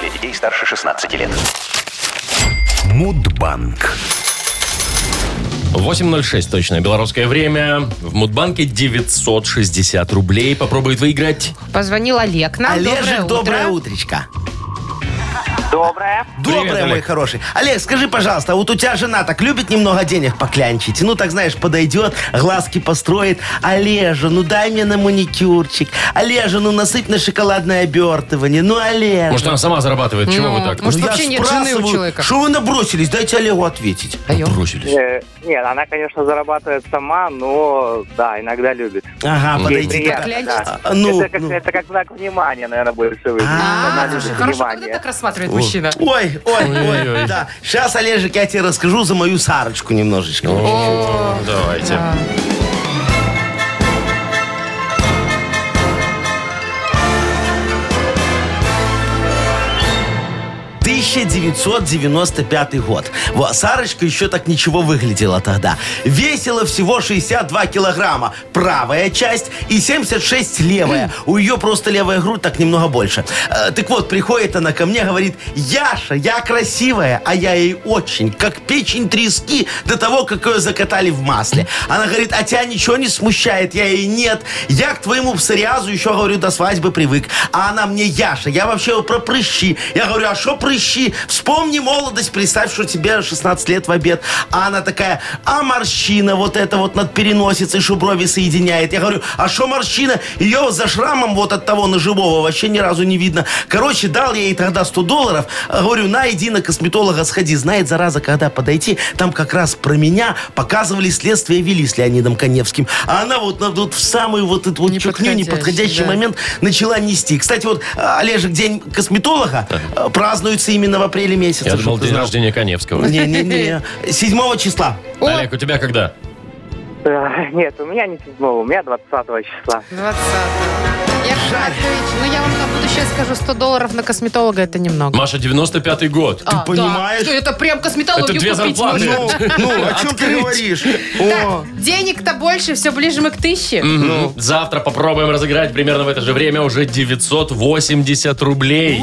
Speaker 5: Для детей старше 16 лет.
Speaker 1: Мудбанк.
Speaker 2: 8.06 точное белорусское время. В Мудбанке 960 рублей. Попробует выиграть.
Speaker 3: Позвонил Олег нам.
Speaker 4: Олежек, доброе
Speaker 3: утро.
Speaker 4: утречко.
Speaker 6: Доброе.
Speaker 4: Доброе,
Speaker 2: Привет,
Speaker 4: мой
Speaker 2: Олег.
Speaker 4: хороший. Олег, скажи, пожалуйста, а вот у тебя жена так любит немного денег поклянчить? Ну, так знаешь, подойдет, глазки построит. Олежа, ну дай мне на маникюрчик. Олежа, ну насыпь на шоколадное обертывание. Ну, Олежа.
Speaker 2: Может, она сама зарабатывает. Чего вы
Speaker 3: Ну,
Speaker 2: так?
Speaker 3: может,
Speaker 4: Ну, я
Speaker 3: вообще нет жены у
Speaker 4: спрашиваю,
Speaker 3: человека?
Speaker 4: Что вы набросились? Дайте Олегу ответить.
Speaker 3: Даем.
Speaker 2: Бросились.
Speaker 8: Э, Нет, она, конечно, зарабатывает сама, но да, иногда любит.
Speaker 4: Ага,
Speaker 8: Ей
Speaker 4: подойди.
Speaker 8: приятно,
Speaker 3: поклянчить.
Speaker 8: да.
Speaker 4: А, Ну,
Speaker 8: это, как,
Speaker 4: ну.
Speaker 8: это как знак внимания, наверное, больше выглядит.
Speaker 3: А,
Speaker 8: Она
Speaker 3: слушай,
Speaker 8: любит
Speaker 3: хорошо, когда
Speaker 8: внимание.
Speaker 3: так рассматривает мужчина.
Speaker 4: Ой, ой, ой,
Speaker 2: Ой-ой-ой.
Speaker 4: да. Сейчас, Олежек, я тебе расскажу за мою Сарочку немножечко.
Speaker 2: О, Давайте.
Speaker 4: Во, 1995 год. Во, Сарочка еще так ничего выглядела тогда. Весила всего 62 килограмма. Правая часть и 76 левая. У ее просто левая грудь так немного больше. Э, так вот, приходит она ко мне, говорит, Яша, я красивая, а я ей очень, как печень трески до того, как ее закатали в масле. Она говорит, а тебя ничего не смущает? Я ей, нет, я к твоему псориазу еще, говорю, до свадьбы привык. А она мне, Яша, я вообще про прыщи. Я говорю, а что прыщи? Вспомни молодость, представь, что тебе 16 лет в обед. А она такая, а морщина вот это вот над переносицей, что брови соединяет. Я говорю, а что морщина? Ее за шрамом вот от того ножевого вообще ни разу не видно. Короче, дал я ей тогда 100 долларов. А Говорю, на, иди на косметолога сходи. Знает, зараза, когда подойти. Там как раз про меня показывали следствие вели с Леонидом Коневским. А она вот, на- вот в самую вот эту вот чукню,
Speaker 3: Неподходящий,
Speaker 4: неподходящий
Speaker 3: да.
Speaker 4: момент момент начала нести. Кстати, вот э, Олежек, день косметолога э, празднуется именно в апреле месяце.
Speaker 2: Я
Speaker 4: чтоб
Speaker 2: думал,
Speaker 4: ты
Speaker 2: день
Speaker 4: знал.
Speaker 2: рождения Коневского.
Speaker 4: Не-не-не. 7 числа.
Speaker 3: О,
Speaker 2: Олег, у тебя когда?
Speaker 8: Э, Нет, у меня не седьмого, у меня 20 числа.
Speaker 3: 20 Яков Маркович, ну я вам на будущее скажу, 100 долларов на косметолога это немного.
Speaker 2: Маша, 95-й год.
Speaker 3: А, да.
Speaker 4: понимаешь?
Speaker 3: Что это прям косметологию
Speaker 2: Это две
Speaker 3: купить
Speaker 2: зарплаты.
Speaker 3: можно.
Speaker 4: Ну, ну, о чем ты говоришь? О,
Speaker 3: Так, денег-то больше, все ближе мы к тысяче.
Speaker 2: Мгм.
Speaker 3: Ну.
Speaker 2: Завтра попробуем разыграть примерно в это же время уже 980 рублей.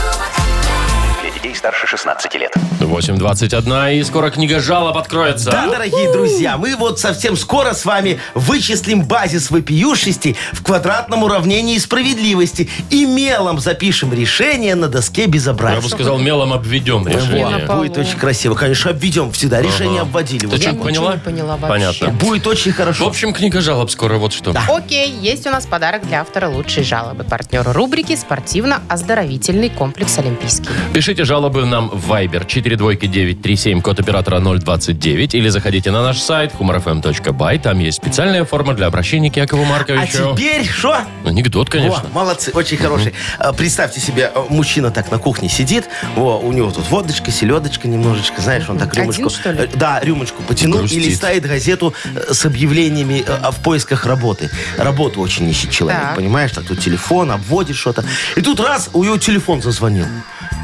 Speaker 5: Для детей старше 16 лет.
Speaker 2: 8.21, и скоро книга жалоб откроется.
Speaker 4: Да, дорогие друзья, мы вот совсем скоро с вами вычислим базис вопиюшести в квадратном уравнении справедливости и мелом запишем решение на доске
Speaker 2: Я бы
Speaker 4: безобразия.
Speaker 2: сказал, мелом обведем решение.
Speaker 3: Во.
Speaker 4: Будет очень красиво. Конечно, обведем всегда. Решение обводили.
Speaker 2: Ты
Speaker 4: Вот
Speaker 2: что,
Speaker 4: так вот.
Speaker 2: поняла?
Speaker 3: не поняла вообще.
Speaker 2: Понятно.
Speaker 4: Будет очень
Speaker 2: В
Speaker 4: хорошо.
Speaker 2: общем, книга жалоб скоро, вот что.
Speaker 3: Окей, есть у нас подарок для автора лучшей жалобы. Партнер рубрики «Спортивно-оздоровительный комплекс Олимпийский».
Speaker 2: Пишите жалобы жалобы нам в Viber 42937, код оператора 029, или заходите на наш сайт humorfm.by, там есть специальная форма для обращения к Якову
Speaker 4: А
Speaker 2: Марковичу.
Speaker 4: теперь что?
Speaker 2: Анекдот, конечно.
Speaker 4: Во, молодцы, очень хороший. А, Представьте себе, а, мужчина так на кухне сидит, во, у него тут водочка, селедочка немножечко, знаешь, он так
Speaker 3: Один,
Speaker 4: рюмочку...
Speaker 3: что ли?
Speaker 4: э, Да, рюмочку потянул
Speaker 2: Грустит.
Speaker 4: и листает газету э, с объявлениями э, о- в поисках работы. Работу очень ищет человек,
Speaker 3: Так.
Speaker 4: понимаешь? Так тут телефон, обводит что-то. И тут раз, у него телефон зазвонил.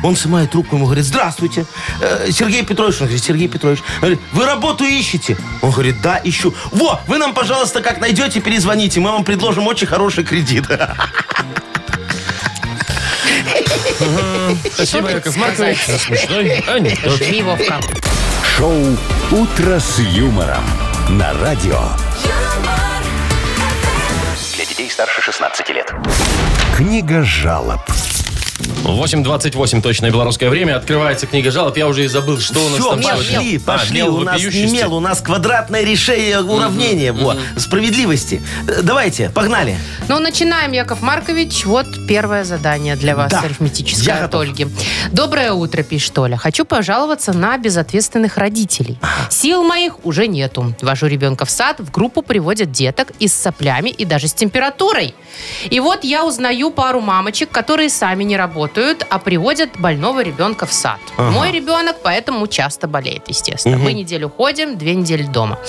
Speaker 4: Он снимает трубку, ему говорит, здравствуйте, Э, Сергей Петрович. Он говорит, Сергей Петрович. Он говорит, вы работу ищете? Он говорит, да, ищу. Во, вы нам, пожалуйста, как найдете, перезвоните, мы вам предложим очень хороший кредит.
Speaker 2: Спасибо, Яков Маркович. Смешной анекдот.
Speaker 3: Пошли, Вовка.
Speaker 1: Шоу «Утро с юмором» на радио.
Speaker 9: юмор,
Speaker 5: Для детей старше 16 лет.
Speaker 1: Книга жалоб.
Speaker 2: 8.28 точное белорусское время. Открывается книга жалоб. Я уже и забыл, что у нас
Speaker 4: Все,
Speaker 2: там
Speaker 4: пошли,
Speaker 2: сегодня.
Speaker 4: пошли.
Speaker 2: А, мел
Speaker 4: у нас не
Speaker 2: вопиющести.
Speaker 4: мел, у нас квадратное решение уравнения. во, Справедливости. Э, Давайте, погнали.
Speaker 3: Ну, начинаем, Яков Маркович. Вот первое задание для вас,
Speaker 4: Да.
Speaker 3: арифметическое
Speaker 4: Я
Speaker 3: от
Speaker 4: готов.
Speaker 3: Ольги. Доброе утро, пишет Оля. Хочу пожаловаться на безответственных родителей. Сил моих уже нету. Вожу ребенка в сад, в группу приводят деток и с соплями, и даже с температурой. И вот я узнаю пару мамочек, которые сами не работают, а приводят больного ребенка в сад. Мой ребенок поэтому часто болеет, естественно. Мы неделю ходим, две недели дома.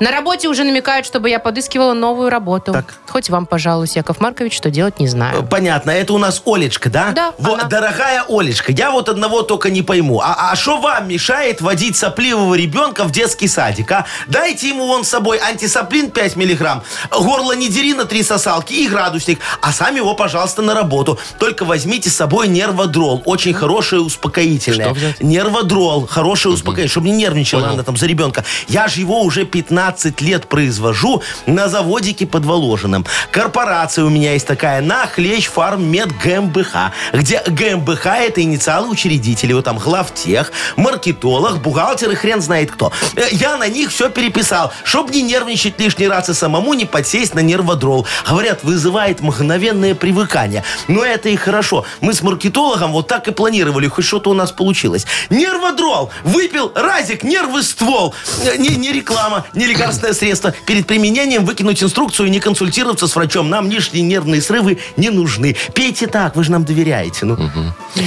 Speaker 3: На работе уже намекают, чтобы я подыскивала новую работу.
Speaker 4: Так.
Speaker 3: Хоть вам, пожалуй, Яков Маркович, что делать не
Speaker 4: Э,
Speaker 3: знаю.
Speaker 4: Понятно, это у нас Олечка, да?
Speaker 3: Да,
Speaker 4: Во,
Speaker 3: она.
Speaker 4: Дорогая Олечка, я вот одного только не пойму. А что вам мешает водить сопливого ребенка в детский садик, а? Дайте ему вон с собой антисоплин 5 миллиграмм, горло нидерина 3 сосалки и градусник, а сами его, пожалуйста, на работу. Только возьмите с собой нерводрол, очень хорошее успокоительное.
Speaker 2: Что взять?
Speaker 4: Нерводрол, хорошее успокоительное, чтобы не нервничала она там за ребенка. Я же его уже 15 лет произвожу на заводике под Воложиным. Корпорация у меня есть такая, на хлещ фарммед ГМБХ, где ГМБХ это инициалы учредителей, вот там главтех, маркетолог, бухгалтер и хрен знает кто. Э, Я на них все переписал, чтобы не нервничать лишний раз и самому не подсесть на нерводрол. Говорят, вызывает мгновенное привыкание. Но это и хорошо. Мы с маркетологом вот так и планировали, хоть что-то у нас получилось. Нерводрол! Выпил разик, нервы ствол. Э, Не, не реклама, не лекарственное средство. Перед применением выкинуть инструкцию и не консультироваться с врачом. Нам лишние нервные срывы не нужны. Пейте так, вы же нам доверяете. Ну,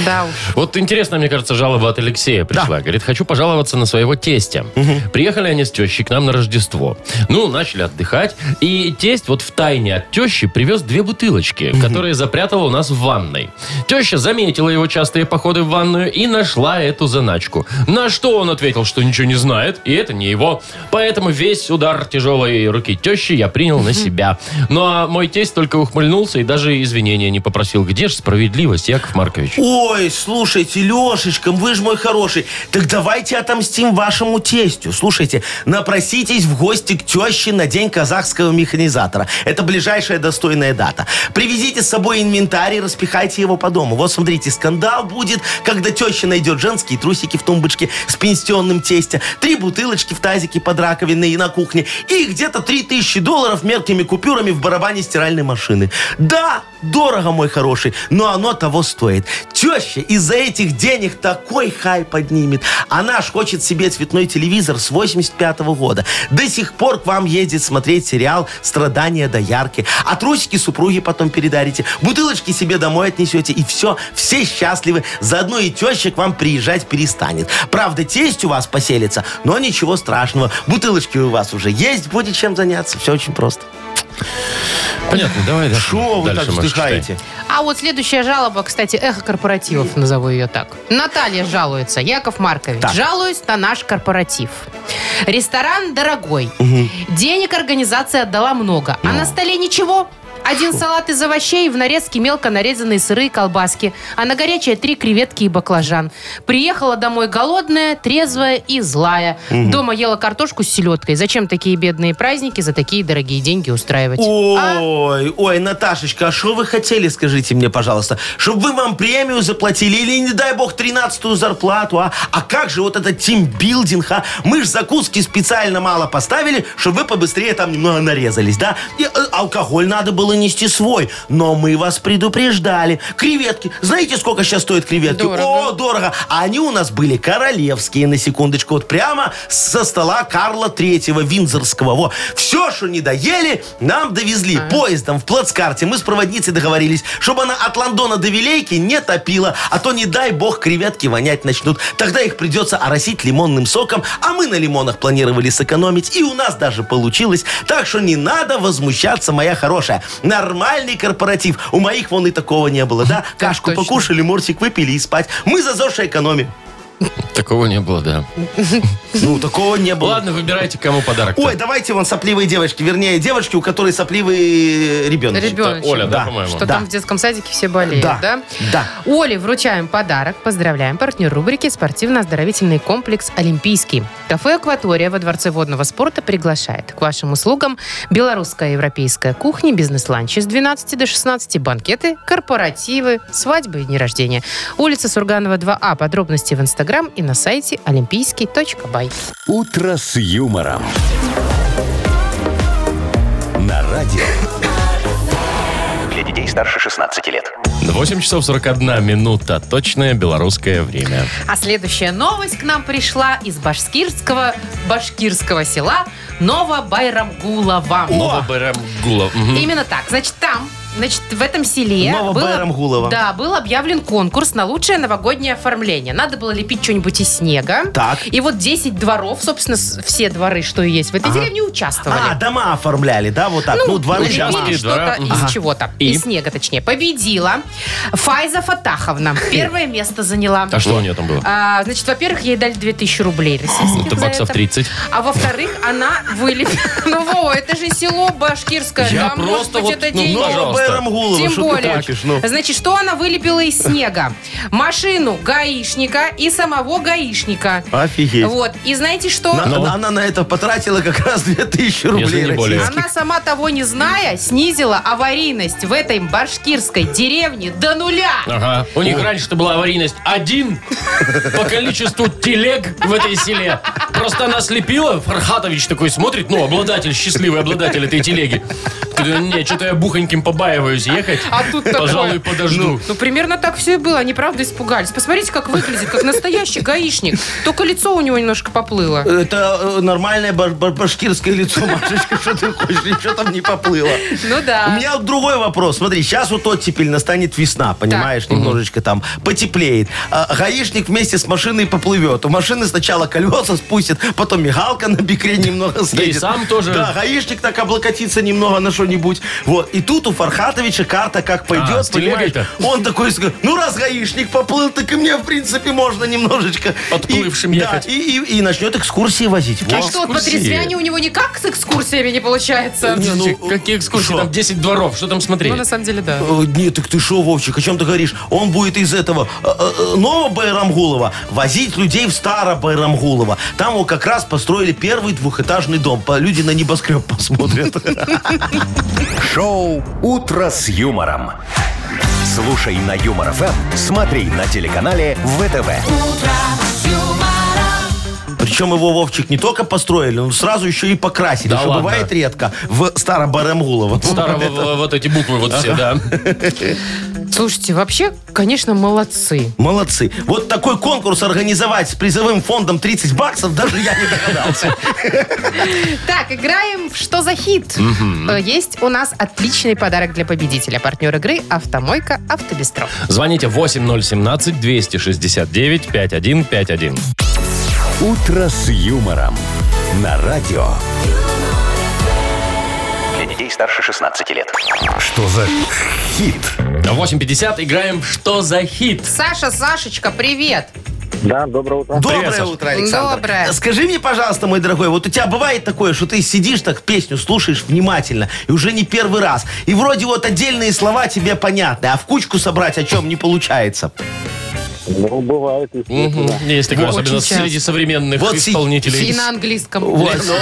Speaker 3: Да уж.
Speaker 2: Вот интересно, мне кажется, жалоба от Алексея пришла. Говорит, хочу пожаловаться на своего тестя. Приехали они с тещей к нам на Рождество. Ну, начали отдыхать. И тесть вот в тайне от тещи привез две бутылочки, которые запрятала у нас в ванной. Теща заметила его частые походы в ванную и нашла эту заначку. На что он ответил, что ничего не знает, и это не его. Поэтому весь удар тяжелой руки тещи я принял на себя. Ну, а мой тесть только ухмыльнулся и даже извинения не попросил. Где же справедливость, Яков Маркович?
Speaker 4: Ой, слушайте, Лешечка, вы же мой хороший. Так давайте отомстим вашему тестю. Слушайте, напроситесь в гости к теще на день казахского механизатора. Это ближайшая достойная дата. Привезите с собой инвентарь и распихайте его по дому. Вот смотрите, скандал будет, когда теща найдет женские трусики в тумбочке с пенсионным тестя, три бутылочки в тазике под раковиной и на кухне, и где-то 3000 долларов мелкими купюрами в барабане стиральной машины. Да, дорого, мой хороший, но оно того стоит. Теща из-за этих денег такой хай поднимет. Она ж хочет себе цветной телевизор с 85 года. До сих пор к вам ездит смотреть сериал «Страдания доярки». А трусики супруге потом передарите. Бутылочки себе домой отнесете. И все, все счастливы. Заодно и теща к вам приезжать перестанет. Правда, тесть у вас поселится, но ничего страшного. Бутылочки у вас уже есть, будет чем заняться. Все очень просто.
Speaker 2: Понятно, давай дальше.
Speaker 4: Что вы так
Speaker 2: Дальше, Маша, читай.
Speaker 4: вздыхаете?
Speaker 3: А вот следующая жалоба, кстати, эхо корпоративов, назову ее так. Наталья жалуется. Яков Маркович,
Speaker 4: Так.
Speaker 3: жалуюсь на наш корпоратив. Ресторан дорогой. Денег организация отдала много. А на столе ничего. Один салат из овощей, в нарезке мелко нарезанные сырые колбаски, а на горячее три креветки и баклажан. Приехала домой голодная, трезвая и злая. Дома ела картошку с селедкой. Зачем такие бедные праздники за такие дорогие деньги устраивать? А?
Speaker 4: Ой, ой, Наташечка, а что вы хотели, скажите мне, пожалуйста? Чтобы вы вам премию заплатили или, не дай бог, 13-ю зарплату, а? А как же вот этот тимбилдинг, а? Мы ж закуски специально мало поставили, чтобы вы побыстрее там немного нарезались, да? И э, алкоголь надо было было нести свой. Но мы вас предупреждали. Креветки. Знаете, сколько сейчас стоят креветки?
Speaker 3: Дорого.
Speaker 4: О, дорого. А они у нас были королевские, на секундочку. Вот прямо со стола Карла Третьего, Винзорского. Во. Все, что не доели, нам довезли. Поездом в плацкарте. Мы с проводницей договорились, чтобы она от Лондона до Вилейки не топила. А то, не дай бог, креветки вонять начнут. Тогда их придется оросить лимонным соком. А мы на лимонах планировали сэкономить. И у нас даже получилось. Так что не надо возмущаться, моя хорошая. Нормальный корпоратив. У моих вон и такого не было, да? Кашку
Speaker 3: точно.
Speaker 4: покушали, морсик выпили и спать. Мы за ЗОЖ и экономим.
Speaker 2: Такого не было, да.
Speaker 4: Ну, такого не было.
Speaker 2: Ладно, выбирайте, кому подарок.
Speaker 4: Ой, давайте вон сопливые девочки. Вернее, девочки, у которой сопливый ребенок.
Speaker 3: Ребеночек.
Speaker 2: Оля, да,
Speaker 4: Да.
Speaker 2: по-моему?
Speaker 3: Что
Speaker 4: Да.
Speaker 3: там в детском садике все болеют, да?
Speaker 4: Да, да.
Speaker 3: Оле вручаем подарок. Поздравляем партнер рубрики «Спортивно-оздоровительный комплекс Олимпийский». Кафе «Акватория» во Дворце водного спорта приглашает. К вашим услугам белорусская и европейская кухня, бизнес-ланчи с 12 до 16, банкеты, корпоративы, свадьбы и дни рождения. Улица Сурганова, 2А. Подробности в Инстаграм и на сайте олимпийский.бай.
Speaker 1: «Утро с юмором». На радио.
Speaker 5: Для детей старше 16 лет.
Speaker 2: 8 часов 41 минута. Точное белорусское время.
Speaker 3: А следующая новость к нам пришла из башкирского, башкирского села Новобайрамгулова.
Speaker 2: Новобайрамгулов. Мгм.
Speaker 3: Именно так. Значит, там, значит, в этом селе было,
Speaker 4: Новобайрамгулова.
Speaker 3: да, был объявлен конкурс на лучшее новогоднее оформление. Надо было лепить что-нибудь из снега.
Speaker 4: Так.
Speaker 3: И вот 10 дворов, собственно, с- все дворы, что и есть в этой деревне, участвовали.
Speaker 4: А, дома оформляли, да, вот так. Ну, дворы
Speaker 3: лепили
Speaker 4: дома.
Speaker 2: лепили.
Speaker 3: что-то
Speaker 2: Двора.
Speaker 3: из
Speaker 2: Ага.
Speaker 3: чего-то.
Speaker 2: И?
Speaker 3: Из снега, точнее. Победила Файза Фатаховна. Первое место заняла.
Speaker 2: А что у нее там было?
Speaker 3: А, значит, во-первых, ей дали 2000 рублей российских
Speaker 2: Это
Speaker 3: за
Speaker 2: баксов
Speaker 3: это.
Speaker 2: 30.
Speaker 3: А во-вторых, она вылепила... Ну, Вова, это же село башкирское.
Speaker 2: Я
Speaker 3: там, может
Speaker 2: просто
Speaker 3: быть,
Speaker 2: вот,
Speaker 3: это
Speaker 2: ну,
Speaker 3: деньги.
Speaker 2: ножом Пожалуйста.
Speaker 4: Байрамгулова,
Speaker 3: Тем
Speaker 4: что ты
Speaker 3: более.
Speaker 4: хочешь, ну?
Speaker 3: Значит, что она вылепила из снега? Машину гаишника и самого гаишника.
Speaker 4: Офигеть.
Speaker 3: Вот. И знаете что?
Speaker 4: На- на- она на это потратила как раз 2000 рублей
Speaker 2: не более.
Speaker 4: российских.
Speaker 3: Она сама того не зная, снизила аварийность в этой башкирской деревне до нуля.
Speaker 2: Ага. У них раньше-то была аварийность один по количеству телег в этой селе. Просто она слепила, Фархатович такой смотрит, ну, обладатель, счастливый обладатель этой телеги. Говорит, Не, что-то я бухоньким побаиваюсь ехать.
Speaker 3: А тут такое.
Speaker 2: Пожалуй, подожду.
Speaker 3: Ну, примерно так все и было. Они правда испугались. Посмотрите, как выглядит, как настоящий гаишник. Только лицо у него немножко поплыло.
Speaker 4: Это э, нормальное ба- ба- башкирское лицо, Машечка, что ты хочешь, ничего там не поплыло.
Speaker 3: Ну
Speaker 4: У
Speaker 3: да.
Speaker 4: меня вот другой вопрос. Смотри, сейчас вот оттепель настанет весна, понимаешь, немножечко там потеплеет. А, гаишник вместе с машиной поплывет. У машины сначала колеса спустит, потом мигалка на бикре немного съедет.
Speaker 2: сам тоже.
Speaker 4: Да, гаишник так облокотится немного на что-нибудь. Вот. И тут у Фархатовича карта как пойдет,
Speaker 2: А, с телегой-то.
Speaker 4: понимаешь? Он такой, сказал, ну раз гаишник поплыл, так и мне, в принципе, можно немножечко...
Speaker 2: Подплывшим
Speaker 4: и,
Speaker 2: ехать.
Speaker 4: Да, и, и- и начнет экскурсии возить.
Speaker 3: А
Speaker 4: Во.
Speaker 3: что, вот
Speaker 2: экскурсии.
Speaker 3: потрезвяне у него никак с экскурсиями не получается?
Speaker 4: Не, ну,
Speaker 2: Какие экскурсии?
Speaker 4: шо?
Speaker 2: Там 10 дворов. Что там смотреть?
Speaker 3: Ну, на самом деле, да.
Speaker 4: Э, Нет, так ты шо, Вовчик, о чем ты говоришь? Он будет из этого э, э, нового Байрамгулова возить людей в старо Байрамгулова. Там вот как раз построили первый двухэтажный дом. По- Люди на небоскреб посмотрят.
Speaker 1: Шоу «Утро с юмором». Слушай на Юмор ФМ, смотри на телеканале ВТВ.
Speaker 4: Причем его, Вовчик, не только построили, но сразу еще и покрасили,
Speaker 2: Да
Speaker 4: что
Speaker 2: ладно?
Speaker 4: бывает редко в старо Байрамгулово.
Speaker 2: Старого в- вот эти буквы вот все, да.
Speaker 3: Слушайте, вообще, конечно, молодцы.
Speaker 4: Молодцы. Вот такой конкурс организовать с призовым фондом 30 баксов даже я не догадался.
Speaker 3: Так, играем в «Что за хит?». Э, Есть у нас отличный подарок для победителя. Партнер игры «Автомойка Автобестро».
Speaker 2: Звоните 8017-269-5151.
Speaker 1: «Утро с юмором» на радио.
Speaker 5: Для детей старше 16 лет.
Speaker 1: Что за хит?
Speaker 2: 8.50. Играем в «Что за хит?»
Speaker 3: Саша, Сашечка, привет.
Speaker 7: Да, доброе утро.
Speaker 4: Доброе
Speaker 2: Привет, Саш.
Speaker 4: утро, Александр.
Speaker 3: Доброе.
Speaker 4: Скажи мне, пожалуйста, мой дорогой, вот у тебя бывает такое, что ты сидишь так песню слушаешь внимательно, и уже не первый раз, и вроде вот отдельные слова тебе понятны, а в кучку собрать о чем не получается.
Speaker 7: Ну, бывает,
Speaker 2: Мгм. Есть такое,
Speaker 3: Очень
Speaker 2: особенно
Speaker 3: часто.
Speaker 2: среди современных
Speaker 4: Вот си-
Speaker 2: исполнителей.
Speaker 3: И на английском.
Speaker 4: Вот, но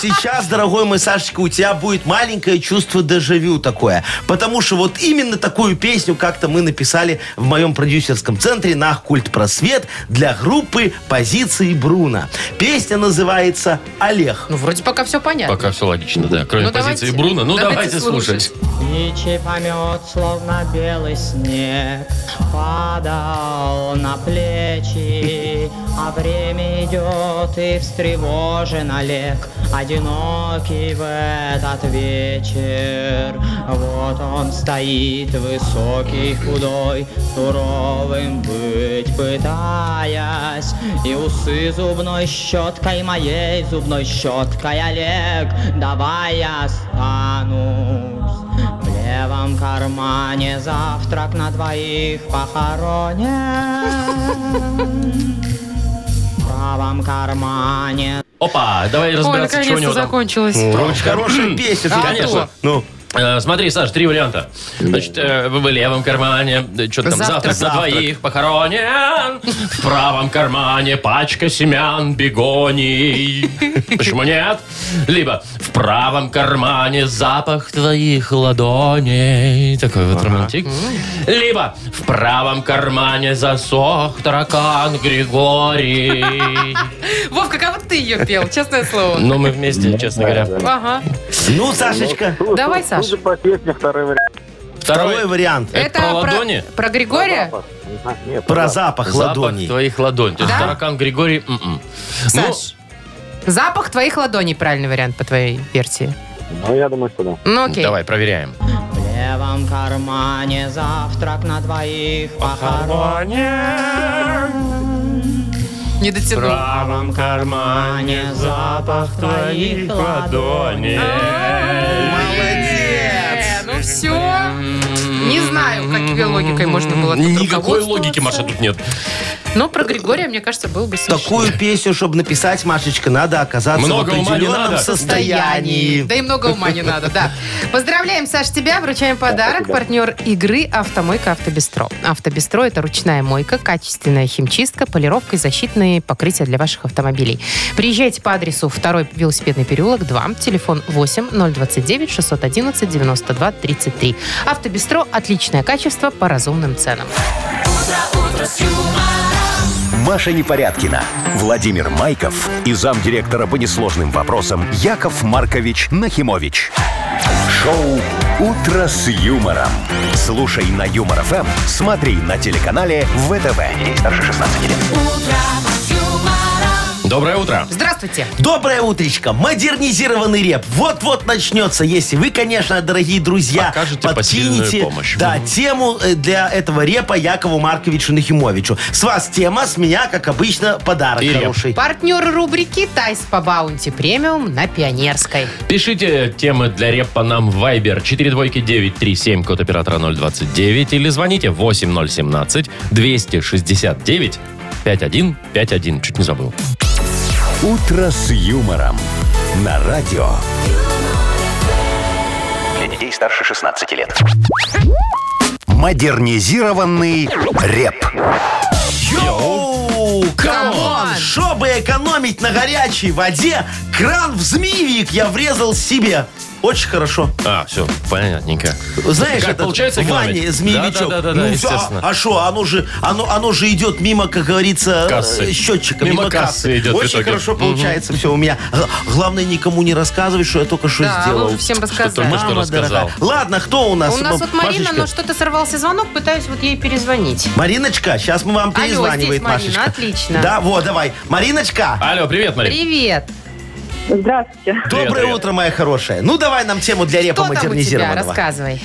Speaker 4: сейчас, дорогой мой Сашечка, у тебя будет маленькое чувство дежавю такое. Потому что вот именно такую песню как-то мы написали в моем продюсерском центре на культ просвет для группы позиции Бруно. Песня называется Олег.
Speaker 3: Ну, вроде пока все понятно.
Speaker 2: Пока все логично, да. Кроме
Speaker 3: Ну, давайте-
Speaker 2: позиции Бруно. Ну, давайте,
Speaker 3: давайте
Speaker 2: слушать.
Speaker 9: Птичий помет, словно белый снег, падал на плечи, а время идет и встревожен Олег, одинокий в этот вечер. Вот он стоит высокий, худой, суровым быть пытаясь, и усы зубной щеткой моей зубной щеткой Олег, давай я останусь. В левом кармане завтрак на двоих похоронен. В правом кармане
Speaker 2: Опа, давай
Speaker 3: Ой,
Speaker 2: разбираться, что у
Speaker 3: наконец-то
Speaker 2: него там.
Speaker 3: закончилось.
Speaker 2: Ручка.
Speaker 4: Хорошая песня.
Speaker 3: А,
Speaker 2: Конечно.
Speaker 3: кто?
Speaker 4: Ну,
Speaker 2: Э, Смотри, Саш, три варианта. Значит, э, в левом кармане, что там, завтрак,
Speaker 3: Завтрак.
Speaker 2: за двоих похоронен. В правом кармане пачка семян бегоний. Почему нет? Либо в правом кармане запах твоих ладоней. Такой вот романтик. Либо в правом кармане засох таракан Григорий.
Speaker 3: Вовка, как вот ты ее пел, честное слово.
Speaker 2: Но мы вместе, честно говоря.
Speaker 3: Ага.
Speaker 4: ну, Сашечка,
Speaker 3: Давай, Саша.
Speaker 7: по песне второй вариант.
Speaker 4: второй вариант.
Speaker 2: Это про ладони?
Speaker 3: Про Григория?
Speaker 7: Нет,
Speaker 4: Про запах
Speaker 2: Запах
Speaker 4: ладоней.
Speaker 2: твоих ладоней. То есть
Speaker 3: Да?
Speaker 2: таракан Григорий... м-м. Ну,
Speaker 3: Саш. Запах твоих ладоней правильный вариант по твоей версии.
Speaker 7: ну, я думаю, что да.
Speaker 3: Ну окей.
Speaker 2: Давай, проверяем.
Speaker 9: В левом кармане завтрак на двоих похоронен.
Speaker 3: Не дотянул.
Speaker 9: а
Speaker 2: правом кармане
Speaker 9: запах твоих ладоней.
Speaker 3: Э, Ну все. Не знаю, какой логикой можно было тут
Speaker 2: Никакой
Speaker 3: руководствоваться.
Speaker 2: логики, Маша, тут нет.
Speaker 3: Но про Григория, мне кажется, был бы смешно.
Speaker 4: Такую песню, чтобы написать, Машечка, надо оказаться
Speaker 2: Много
Speaker 4: в
Speaker 2: ума не
Speaker 4: определенном
Speaker 2: надо.
Speaker 4: состоянии.
Speaker 3: Да и много ума не надо, да. Поздравляем, Саш, тебя. Вручаем подарок. Партнер игры «Автомойка Автобестро». «Автобестро» — это ручная мойка, качественная химчистка, полировка и защитные покрытия для ваших автомобилей. Приезжайте по адресу 2 велосипедный переулок, 2, телефон 8 029 611 92 33. «Автобестро» — отличное качество по разумным ценам.
Speaker 1: Маша Непорядкина, Владимир Майков и замдиректора по несложным вопросам Яков Маркович Нахимович. Шоу «Утро с юмором». Слушай на Юмор ФМ, смотри на телеканале ВТВ. Ей старше 16 лет.
Speaker 2: Доброе утро.
Speaker 3: Здравствуйте.
Speaker 4: Доброе утречко. Модернизированный реп вот-вот начнется, если вы, конечно, дорогие друзья,
Speaker 2: Окажете посильную помощь.
Speaker 4: да,
Speaker 2: Мгм.
Speaker 4: тему э, для этого репа Якову Марковичу Нахимовичу. С вас тема, с меня, как обычно, подарок
Speaker 2: И реп.
Speaker 4: хороший.
Speaker 3: Партнер рубрики «Тайс по баунти премиум» на Пионерской.
Speaker 2: Пишите темы для репа нам в Viber 42937, код оператора 029, или звоните 8017-269-5151. Чуть не забыл.
Speaker 1: «Утро с юмором» на радио.
Speaker 5: Для детей старше 16 лет.
Speaker 1: Модернизированный реп.
Speaker 4: Йоу!
Speaker 3: Камон!
Speaker 4: Камон! Чтобы экономить на горячей воде, кран в змеевик я врезал себе. Очень хорошо.
Speaker 2: А, все, понятненько.
Speaker 4: Знаешь,
Speaker 2: Как
Speaker 4: это
Speaker 2: получается экономить?
Speaker 4: Ваня, змеевичок.
Speaker 2: Да, да, да, да,
Speaker 4: Ну,
Speaker 2: естественно.
Speaker 4: всё, А что, оно же, оно, оно же идет мимо, как говорится,
Speaker 2: Кассы.
Speaker 4: э, счетчика,
Speaker 2: Мимо
Speaker 4: мимо,
Speaker 2: кассы
Speaker 4: кассы.
Speaker 2: идет в
Speaker 4: Очень
Speaker 2: итоге.
Speaker 4: хорошо получается все у меня. Г- Главное, никому не рассказывай, что я только что
Speaker 3: да, а
Speaker 4: сделал.
Speaker 3: вы уже всем рассказали.
Speaker 2: только что рассказал.
Speaker 4: Ладно, кто у нас?
Speaker 3: А У нас
Speaker 4: М-
Speaker 3: вот Марина,
Speaker 4: Машечка?
Speaker 3: но что-то сорвался звонок, пытаюсь вот ей перезвонить.
Speaker 4: Мариночка, сейчас мы вам
Speaker 3: здесь
Speaker 4: перезванивает
Speaker 3: Марина,
Speaker 4: Машечка.
Speaker 3: отлично.
Speaker 4: Да, вот, давай. Мариночка,
Speaker 2: Алло, привет, Марин.
Speaker 3: Привет.
Speaker 10: Здравствуйте.
Speaker 2: привет,
Speaker 4: доброе
Speaker 2: привет.
Speaker 4: утро, моя хорошая. Ну, давай нам тему для репа
Speaker 3: Кто там у тебя?
Speaker 4: модернизированного.
Speaker 3: Рассказывай.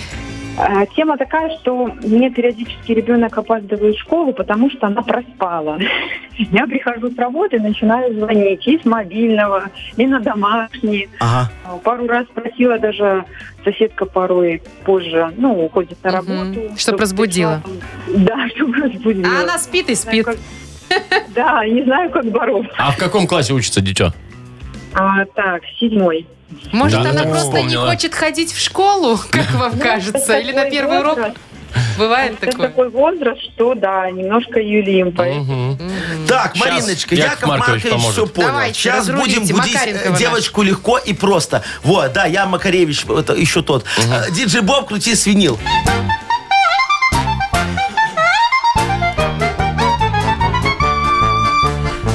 Speaker 10: А, Тема такая, что мне периодически ребенок опаздывает в школу, потому что она проспала. Я прихожу с работы, начинаю звонить и с мобильного, и на домашний. А,
Speaker 4: ага.
Speaker 10: Пару раз просила даже соседка порой позже, ну, уходит на
Speaker 3: Мгм.
Speaker 10: работу.
Speaker 3: Чтоб разбудила.
Speaker 10: пришла. Да, чтобы разбудила.
Speaker 3: А она спит и
Speaker 10: Не знаю,
Speaker 3: спит.
Speaker 10: как- Да, не знаю, как бороться.
Speaker 2: А в каком классе учится дитё?
Speaker 10: А, так, седьмой.
Speaker 3: Может,
Speaker 2: Да,
Speaker 3: она
Speaker 2: так
Speaker 3: просто не
Speaker 2: вспомнила.
Speaker 3: хочет ходить в школу, как вам
Speaker 10: Ну,
Speaker 3: кажется?
Speaker 10: такой
Speaker 3: Или на первый урок?
Speaker 10: возраст.
Speaker 3: Бывает
Speaker 10: Это
Speaker 3: такое?
Speaker 10: такой возраст, что да, немножко юлим. поэтому.
Speaker 4: Так,
Speaker 2: Щас
Speaker 4: Мариночка,
Speaker 2: Яков
Speaker 4: Яков
Speaker 2: Маркович
Speaker 4: Маркович,
Speaker 2: поможет.
Speaker 4: все понял.
Speaker 3: Давайте,
Speaker 4: Сейчас
Speaker 3: разрулите
Speaker 4: будем будить
Speaker 3: Макаренкова
Speaker 4: э,
Speaker 3: нашу.
Speaker 4: девочку легко и просто. Вот, да, я Макаревич, это еще тот. Э, Диджей Боб, крути свинил.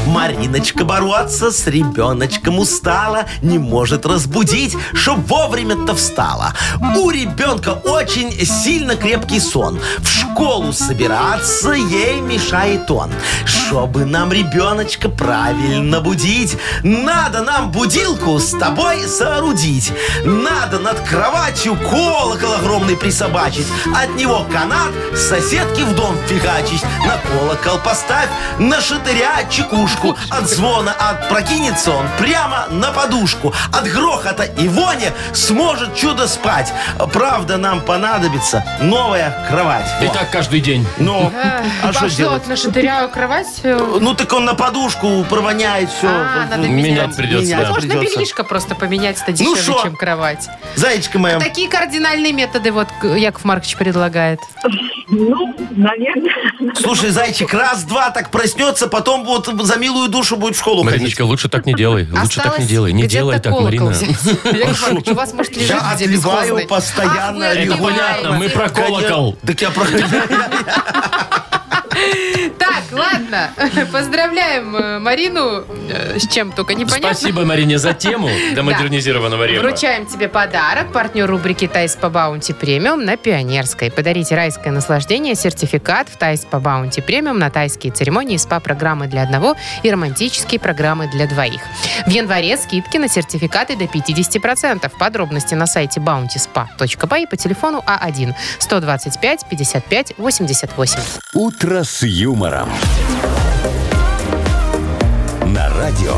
Speaker 4: Мариночка бороться с ребеночком устала, не может разбудить, чтоб вовремя-то встала. У ребенка очень сильно крепкий сон. В школу собираться ей мешает он. Чтобы нам ребеночка правильно будить, надо нам будилку с тобой соорудить. Надо над кроватью колокол огромный присобачить, от него канат, с соседки в дом фигачить, на колокол поставь, на шатыря чекушку, от звона отпрокинется он прямо на подушку, от грохота и вони сможет чудо спать. Правда, нам понадобится новая кровать.
Speaker 2: И
Speaker 4: Во.
Speaker 2: так каждый день.
Speaker 4: Ну, а что
Speaker 3: Пошло,
Speaker 4: делать?
Speaker 3: нашатыряю кровать. э,
Speaker 4: Ну, так он на подушку провоняет все.
Speaker 3: А, надо
Speaker 2: Менять придется.
Speaker 4: Менять.
Speaker 2: да.
Speaker 3: Можно
Speaker 4: придется.
Speaker 3: бельишко просто поменять-то дешевле,
Speaker 4: шо?
Speaker 3: чем кровать.
Speaker 4: Зайчика моя,
Speaker 3: Такие кардинальные методы вот к- Яков Маркович предлагает.
Speaker 10: Ну, наверное.
Speaker 4: слушай, зайчик, раз-два так проснется, потом вот за милую душу будет в школу ходить.
Speaker 2: Мариночка, лучше так не делай. Лучше так не
Speaker 3: Осталось
Speaker 2: делай. Не
Speaker 3: где-то
Speaker 2: делай так,
Speaker 3: колокол
Speaker 2: Марина.
Speaker 3: взять. Яков Маркович, у вас, может, лежит
Speaker 4: Я
Speaker 3: где
Speaker 4: отливаю
Speaker 3: бесхозный.
Speaker 4: постоянно.
Speaker 3: Ах, вы
Speaker 2: Это понятно, мы
Speaker 3: отливаете.
Speaker 2: про колокол.
Speaker 4: Так я про...
Speaker 3: Так, ладно. Поздравляем э, Марину э, с чем только непонятно.
Speaker 2: Спасибо Марине за тему для модернизированного рема.
Speaker 3: Вручаем тебе подарок. Партнер рубрики «Тайс по баунти премиум» на Пионерской. Подарите райское наслаждение, сертификат в «Тайс по баунти премиум» на тайские церемонии, СПА-программы для одного и романтические программы для двоих. В январе скидки на сертификаты до 50%. Подробности на сайте bountyspa.by и по телефону А А1 125 55 88.
Speaker 1: «Утро с юмором». На радио.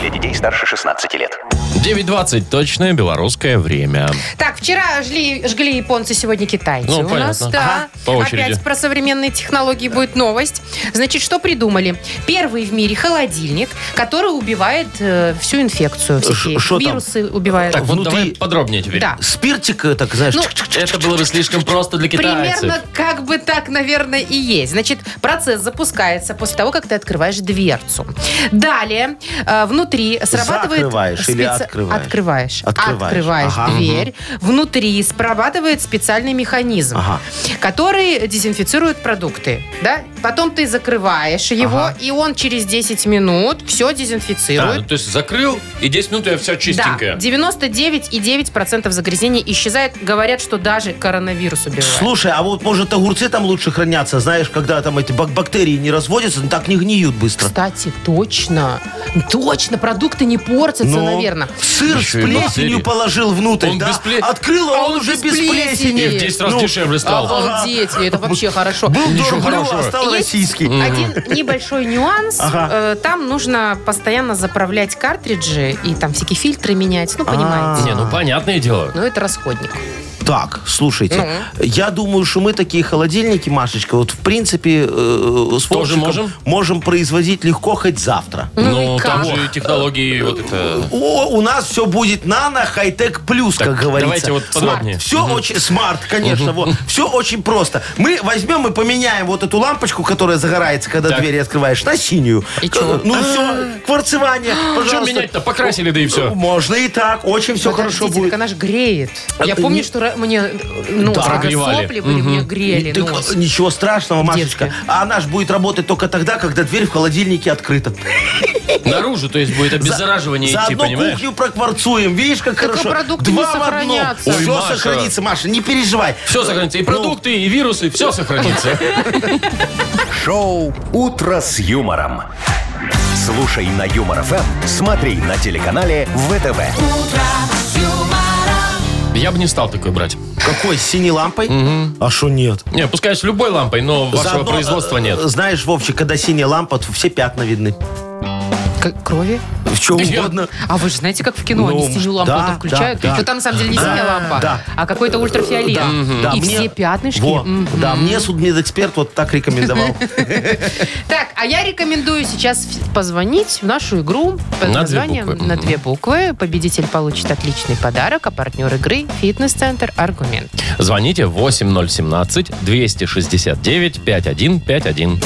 Speaker 5: Для детей старше 16 лет.
Speaker 2: 9.20, точное белорусское время.
Speaker 3: Так, вчера жгли, жгли японцы, сегодня китайцы.
Speaker 2: Ну,
Speaker 3: У нас,
Speaker 2: понятно.
Speaker 3: да.
Speaker 2: Ага, по очереди.
Speaker 3: Опять про современные технологии будет новость. Значит, что придумали? Первый в мире холодильник, который убивает э, всю инфекцию. всякие.
Speaker 4: шо там?
Speaker 3: Вирусы убивает.
Speaker 2: Так, вот
Speaker 4: Внутри-
Speaker 2: давай подробнее теперь.
Speaker 3: Да.
Speaker 4: Спиртик, э, так знаешь,
Speaker 3: Ну,
Speaker 2: Это было бы слишком просто для китайцев.
Speaker 3: Примерно как бы так, наверное, и есть. Значит, процесс запускается после того, как ты открываешь дверцу. Далее э, внутри срабатывает...
Speaker 4: Закрываешь или открываешь?
Speaker 3: Открываешь.
Speaker 4: Открываешь.
Speaker 3: Открываешь
Speaker 4: Ага.
Speaker 3: дверь. Внутри срабатывает специальный механизм,
Speaker 4: Ага.
Speaker 3: который дезинфицирует продукты. Да? Потом ты закрываешь его,
Speaker 4: Ага.
Speaker 3: и он через 10 минут все
Speaker 2: Да, ну,
Speaker 3: дезинфицирует.
Speaker 2: то есть закрыл, и 10 минут, и все чистенькое.
Speaker 3: Да, 99,9% загрязнений исчезает. Говорят, что даже коронавирус убивает.
Speaker 4: Слушай, а вот может огурцы там лучше хранятся, знаешь, когда там эти бак- бактерии не разводятся, ну, так не гниют быстро.
Speaker 3: Кстати, точно. Точно, продукты не портятся,
Speaker 4: Ну,
Speaker 3: наверное.
Speaker 4: Сыр с
Speaker 2: Еще и бактерии.
Speaker 4: плесенью положил внутрь,
Speaker 2: Он
Speaker 4: да?
Speaker 2: без пле-
Speaker 4: Открыл, а
Speaker 3: А
Speaker 4: он,
Speaker 3: он
Speaker 4: уже
Speaker 3: без
Speaker 4: без плесени.
Speaker 2: И в 10 раз
Speaker 4: Ну,
Speaker 2: дешевле стал.
Speaker 3: Обалдеть, это вообще хорошо.
Speaker 4: Был
Speaker 2: Ничего
Speaker 4: дорог,
Speaker 2: хорошего.
Speaker 4: а стал
Speaker 3: Есть
Speaker 4: российский.
Speaker 3: Один небольшой нюанс.
Speaker 4: Ага.
Speaker 3: Э, Там нужно постоянно заправлять картриджи и там всякие фильтры менять.
Speaker 4: А.
Speaker 3: Ну, понимаете.
Speaker 2: Не, ну понятное дело.
Speaker 3: Но это расходник.
Speaker 4: Так, слушайте,
Speaker 2: Ну.
Speaker 4: я думаю, что мы такие холодильники, Машечка, вот в принципе э, с
Speaker 2: Тоже
Speaker 4: Вовчиком
Speaker 2: можем?
Speaker 4: можем производить легко хоть завтра.
Speaker 2: Ну,
Speaker 3: и
Speaker 2: там
Speaker 3: как?
Speaker 2: же технологии вот это...
Speaker 4: О, у нас все будет нано, хай-тек плюс,
Speaker 2: Так,
Speaker 4: как говорится.
Speaker 2: давайте вот подробнее.
Speaker 4: Все очень смарт, конечно, вот. Все очень просто. Мы возьмем и поменяем вот эту лампочку, которая загорается, когда
Speaker 2: Так.
Speaker 4: двери открываешь, на синюю.
Speaker 3: И чё?
Speaker 4: Э, Ну все, кварцевание,
Speaker 2: Что
Speaker 4: пожалуйста.
Speaker 2: менять-то? Покрасили, да и
Speaker 4: Э,
Speaker 2: все.
Speaker 4: Можно и так, очень все
Speaker 3: Подождите,
Speaker 4: хорошо
Speaker 3: так
Speaker 4: будет.
Speaker 3: она ж греет. Я
Speaker 4: Это
Speaker 3: помню,
Speaker 4: не-
Speaker 3: что ра- мне э, ну,
Speaker 2: Да.
Speaker 3: когда
Speaker 2: Прогревали.
Speaker 3: сопли были, мне грели
Speaker 4: Так,
Speaker 3: нос.
Speaker 4: э, ничего страшного, Машечка.
Speaker 3: детстве.
Speaker 4: А Она же будет работать только тогда, когда дверь в холодильнике открыта.
Speaker 2: Наружу, то есть будет обеззараживание идти,
Speaker 4: Заодно
Speaker 2: понимаешь?
Speaker 4: кухню прокварцуем. Видишь, как
Speaker 3: Так и
Speaker 4: хорошо.
Speaker 3: продукты не
Speaker 4: Два в одном.
Speaker 3: сохранятся.
Speaker 2: Ой,
Speaker 4: Все
Speaker 2: Маша.
Speaker 4: сохранится, Маша, не переживай.
Speaker 2: Все сохранится. И
Speaker 4: Ну,
Speaker 2: продукты, и вирусы, все сохранится.
Speaker 1: Шоу «Утро с юмором». Слушай на Юмор ФМ, смотри на телеканале ВТВ.
Speaker 2: Я бы не стал такой брать.
Speaker 4: Какой, с синей лампой? А что нет?
Speaker 2: Не, пускай с любой лампой, но вашего
Speaker 4: Заодно,
Speaker 2: производства
Speaker 4: э,
Speaker 2: нет.
Speaker 4: Знаешь, Вовчик, когда синяя лампа, то все пятна видны.
Speaker 3: К- крови?
Speaker 4: В чем угодно.
Speaker 3: А вы же знаете, как в кино
Speaker 4: Ну,
Speaker 3: они синюю лампу
Speaker 4: да,
Speaker 3: потом включают?
Speaker 4: да, да.
Speaker 3: Что там на самом деле не синяя лампа,
Speaker 4: да.
Speaker 3: а какой-то ультрафиолет.
Speaker 4: Да, да,
Speaker 3: И
Speaker 4: мне-
Speaker 3: все пятнышки.
Speaker 4: Во,
Speaker 3: М.
Speaker 4: Да, мне судмедэксперт вот так рекомендовал.
Speaker 3: Так, а я рекомендую сейчас в- позвонить в нашу игру под
Speaker 2: На две
Speaker 3: названием
Speaker 2: буквы.
Speaker 3: «На
Speaker 2: Мгм.
Speaker 3: две буквы». Победитель получит отличный подарок, а партнер игры – фитнес-центр «Аргумент».
Speaker 2: Звоните 8017-269-5151.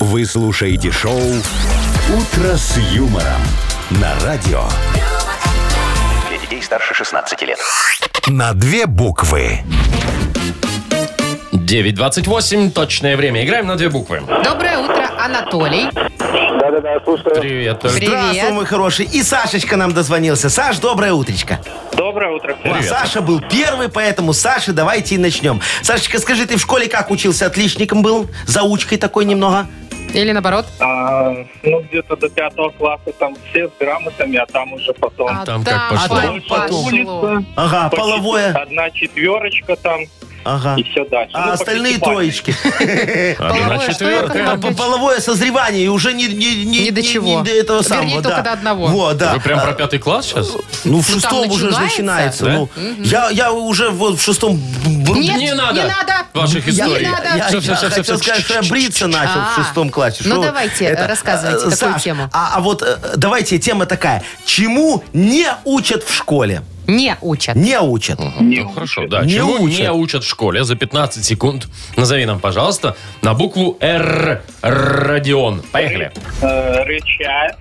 Speaker 1: Вы слушаете шоу «Утро с юмором» на радио.
Speaker 5: Для детей старше 16 лет.
Speaker 1: На две буквы.
Speaker 2: 9.28, точное время. Играем на две буквы.
Speaker 3: Доброе утро, Анатолий.
Speaker 7: Да-да-да, слушаю.
Speaker 2: Привет, Толь.
Speaker 3: Привет.
Speaker 4: Здравствуй, мой хороший. И Сашечка нам дозвонился. Саш, доброе утречко.
Speaker 8: Доброе утро.
Speaker 4: Во, Саша был первый, поэтому, Саша, давайте и начнем. Сашечка, скажи, ты в школе как учился? Отличником был? Заучкой такой немного?
Speaker 3: Или наоборот?
Speaker 8: А, ну, где-то до пятого класса там все с грамотами, а там уже потом.
Speaker 3: А
Speaker 2: там как пошло?
Speaker 3: потом
Speaker 4: Потом.
Speaker 3: пошло.
Speaker 8: Почти
Speaker 4: Ага, А, половое.
Speaker 8: Одна четверочка там
Speaker 4: Ага.
Speaker 8: и все дальше. Ну,
Speaker 4: А остальные
Speaker 8: по фестивалю.
Speaker 4: троечки.
Speaker 2: Одна
Speaker 3: Половое, что я
Speaker 2: четвертая.
Speaker 3: как-то-
Speaker 4: По- Половое созревание и уже не, не, не-
Speaker 3: Ни до
Speaker 4: не-
Speaker 3: чего.
Speaker 4: не до этого
Speaker 3: Вернее,
Speaker 4: самого.
Speaker 3: только
Speaker 4: да.
Speaker 3: до одного.
Speaker 4: Во, да.
Speaker 2: Вы прям
Speaker 4: А,
Speaker 2: про пятый класс сейчас?
Speaker 4: Ну, в
Speaker 3: Ну, там
Speaker 4: шестом уже же
Speaker 3: начинается,
Speaker 4: начинается.
Speaker 2: да?
Speaker 4: Ну, я, я уже вот в шестом... бру-
Speaker 3: Нет,
Speaker 2: не
Speaker 3: не
Speaker 2: надо.
Speaker 3: надо.
Speaker 2: Ваших
Speaker 3: Не
Speaker 2: историй.
Speaker 3: надо.
Speaker 4: Я,
Speaker 2: Всё, всё,
Speaker 4: я
Speaker 2: всё,
Speaker 4: хотел
Speaker 2: всё.
Speaker 4: сказать, что я бриться начал
Speaker 3: А,
Speaker 4: в шестом классе.
Speaker 3: ну
Speaker 4: Что вы-
Speaker 3: давайте, рассказывайте,
Speaker 4: э,
Speaker 3: какую
Speaker 4: Саш,
Speaker 3: тему?
Speaker 4: А, а вот, э, давайте, тема такая. Чему не учат в школе?
Speaker 3: Не учат.
Speaker 4: Не учат.
Speaker 2: Ну, хорошо, да.
Speaker 4: Не
Speaker 2: Чему
Speaker 4: учат.
Speaker 2: не учат в школе за 15 секунд? Назови нам, пожалуйста, на букву Р. Р- Родион. Поехали.
Speaker 8: Э, Рыча.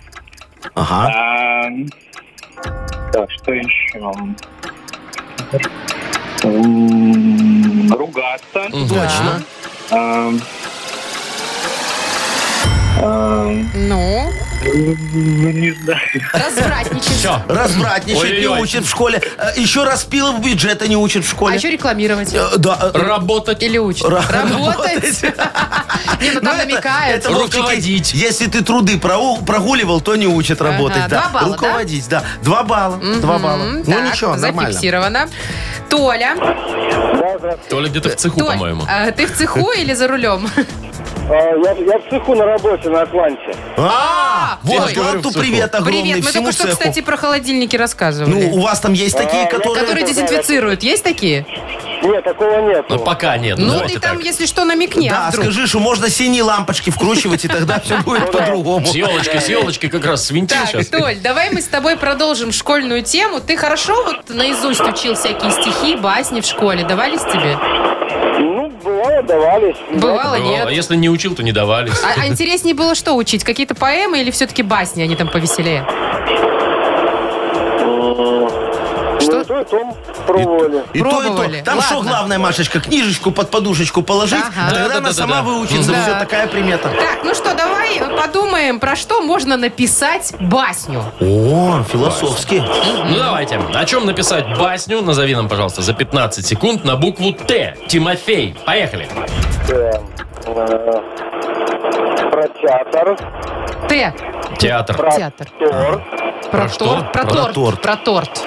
Speaker 4: Ага.
Speaker 8: а, Так, что еще? М, Ругаться.
Speaker 4: Точно.
Speaker 8: а, а,
Speaker 3: Ну,
Speaker 8: Ну, не знаю.
Speaker 3: развратничать.
Speaker 2: Все.
Speaker 4: Разбратничать не
Speaker 2: Ой-ой-ой.
Speaker 4: учат в школе. Э, Еще распилов бюджета не учат в
Speaker 3: А
Speaker 4: школе.
Speaker 3: еще рекламировать.
Speaker 4: Э, Да. э,
Speaker 2: Работать.
Speaker 3: Или учат.
Speaker 4: Ра-
Speaker 3: Работать. Не, ну там
Speaker 4: Ну, это-
Speaker 3: намекает.
Speaker 4: это вот
Speaker 2: Руководить.
Speaker 4: такие, Если ты труды проу- прогуливал, то не учат работать.
Speaker 3: Ага,
Speaker 4: да.
Speaker 3: два балла, да?
Speaker 4: Руководить, да? Два балла. Два балла.
Speaker 3: М,
Speaker 4: Ну
Speaker 3: так,
Speaker 4: ничего, нормально.
Speaker 3: Зафиксировано. Толя,
Speaker 2: Толя где-то в цеху,
Speaker 3: Толь,
Speaker 2: по-моему.
Speaker 3: а ты в цеху или за рулем?
Speaker 7: А, Я, в цеху на работе на Атланте.
Speaker 4: А,
Speaker 2: Я
Speaker 4: вот,
Speaker 2: же говорю,
Speaker 4: Ланту
Speaker 2: в цеху.
Speaker 4: привет огромный
Speaker 3: Привет, мы
Speaker 4: всему
Speaker 3: только что,
Speaker 4: цеху.
Speaker 3: кстати, про холодильники рассказывали.
Speaker 4: Ну, у вас там есть такие, которые...
Speaker 8: Ну,
Speaker 3: Которые дезинфицируют. Есть такие?
Speaker 7: Нет, такого нет.
Speaker 4: А
Speaker 2: Ну, пока нет.
Speaker 3: Ну,
Speaker 2: давайте
Speaker 3: ты там,
Speaker 2: так.
Speaker 3: если что, намекни. а
Speaker 4: Да,
Speaker 3: вдруг?
Speaker 4: скажи, что можно синие лампочки вкручивать, и тогда все будет по-другому.
Speaker 2: С елочки, с елочки как раз а свинтил
Speaker 3: Так,
Speaker 2: сейчас.
Speaker 3: Толь, давай мы с тобой продолжим школьную тему. Ты хорошо вот наизусть учил всякие стихи, басни в школе. Давались тебе?
Speaker 7: Ну, бывало, давались.
Speaker 3: Бывало,
Speaker 2: Бывало. А
Speaker 3: нет.
Speaker 2: если не учил, то не давались.
Speaker 3: А, а интереснее было что учить? Какие-то поэмы или все-таки басни? Они там повеселее. Что?
Speaker 7: Ну, и то, и то пробовали.
Speaker 4: И то, и
Speaker 3: Пробовали.
Speaker 4: то. Там что
Speaker 3: Ладно.
Speaker 4: главное, Машечка, книжечку под подушечку положить,
Speaker 3: Ага.
Speaker 4: а тогда
Speaker 2: Да-да-да-да-да.
Speaker 4: она сама выучится.
Speaker 3: Мгм.
Speaker 4: Все,
Speaker 3: Да.
Speaker 4: такая примета.
Speaker 3: Так, ну что, давай подумаем, про что можно написать басню.
Speaker 4: О, философски.
Speaker 2: Ну давайте. О чем написать басню? Назови нам, пожалуйста, за 15 секунд на букву Т. Тимофей. Поехали.
Speaker 7: Э, э, Про театр,
Speaker 3: Т.
Speaker 2: Театр.
Speaker 7: про
Speaker 3: Театр.
Speaker 7: торт,
Speaker 3: Про,
Speaker 2: что?
Speaker 3: торт. Про,
Speaker 2: Про
Speaker 3: торт.
Speaker 4: торт.
Speaker 3: Про торт.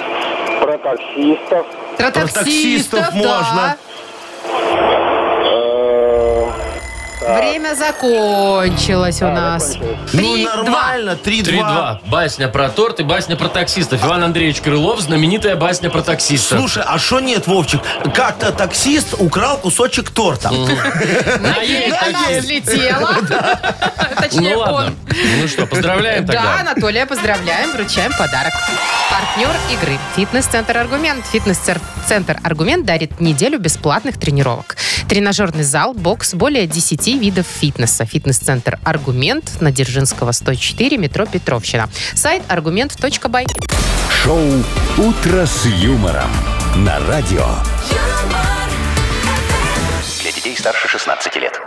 Speaker 7: про таксистов,
Speaker 3: Про
Speaker 4: таксистов
Speaker 3: таксистов, да.
Speaker 4: можно.
Speaker 7: э,
Speaker 3: Время закончилось у нас.
Speaker 4: Ну, нормально, 3-2.
Speaker 2: 3-2. Басня про торт и басня про таксистов. Иван Андреевич Крылов, знаменитая басня про таксистов.
Speaker 4: Слушай, а что нет, Вовчик? Как-то таксист украл кусочек торта.
Speaker 2: Наель,
Speaker 3: ну, Да, Она
Speaker 2: наель.
Speaker 3: взлетела. Точнее,
Speaker 2: Ну
Speaker 3: он.
Speaker 2: ладно. Ну что, поздравляем
Speaker 3: Да,
Speaker 2: тогда.
Speaker 3: Анатолия, поздравляем, вручаем подарок. Партнер игры «Фитнес-центр Аргумент». «Фитнес-центр Аргумент» дарит неделю бесплатных тренировок. Тренажерный зал, бокс, более 10 видов фитнеса. «Фитнес-центр Аргумент» на Дзержинского, 104, метро Петровщина. Сайт аргумент.бай.
Speaker 1: Шоу «Утро с юмором» на радио.
Speaker 5: Для детей старше 16 лет.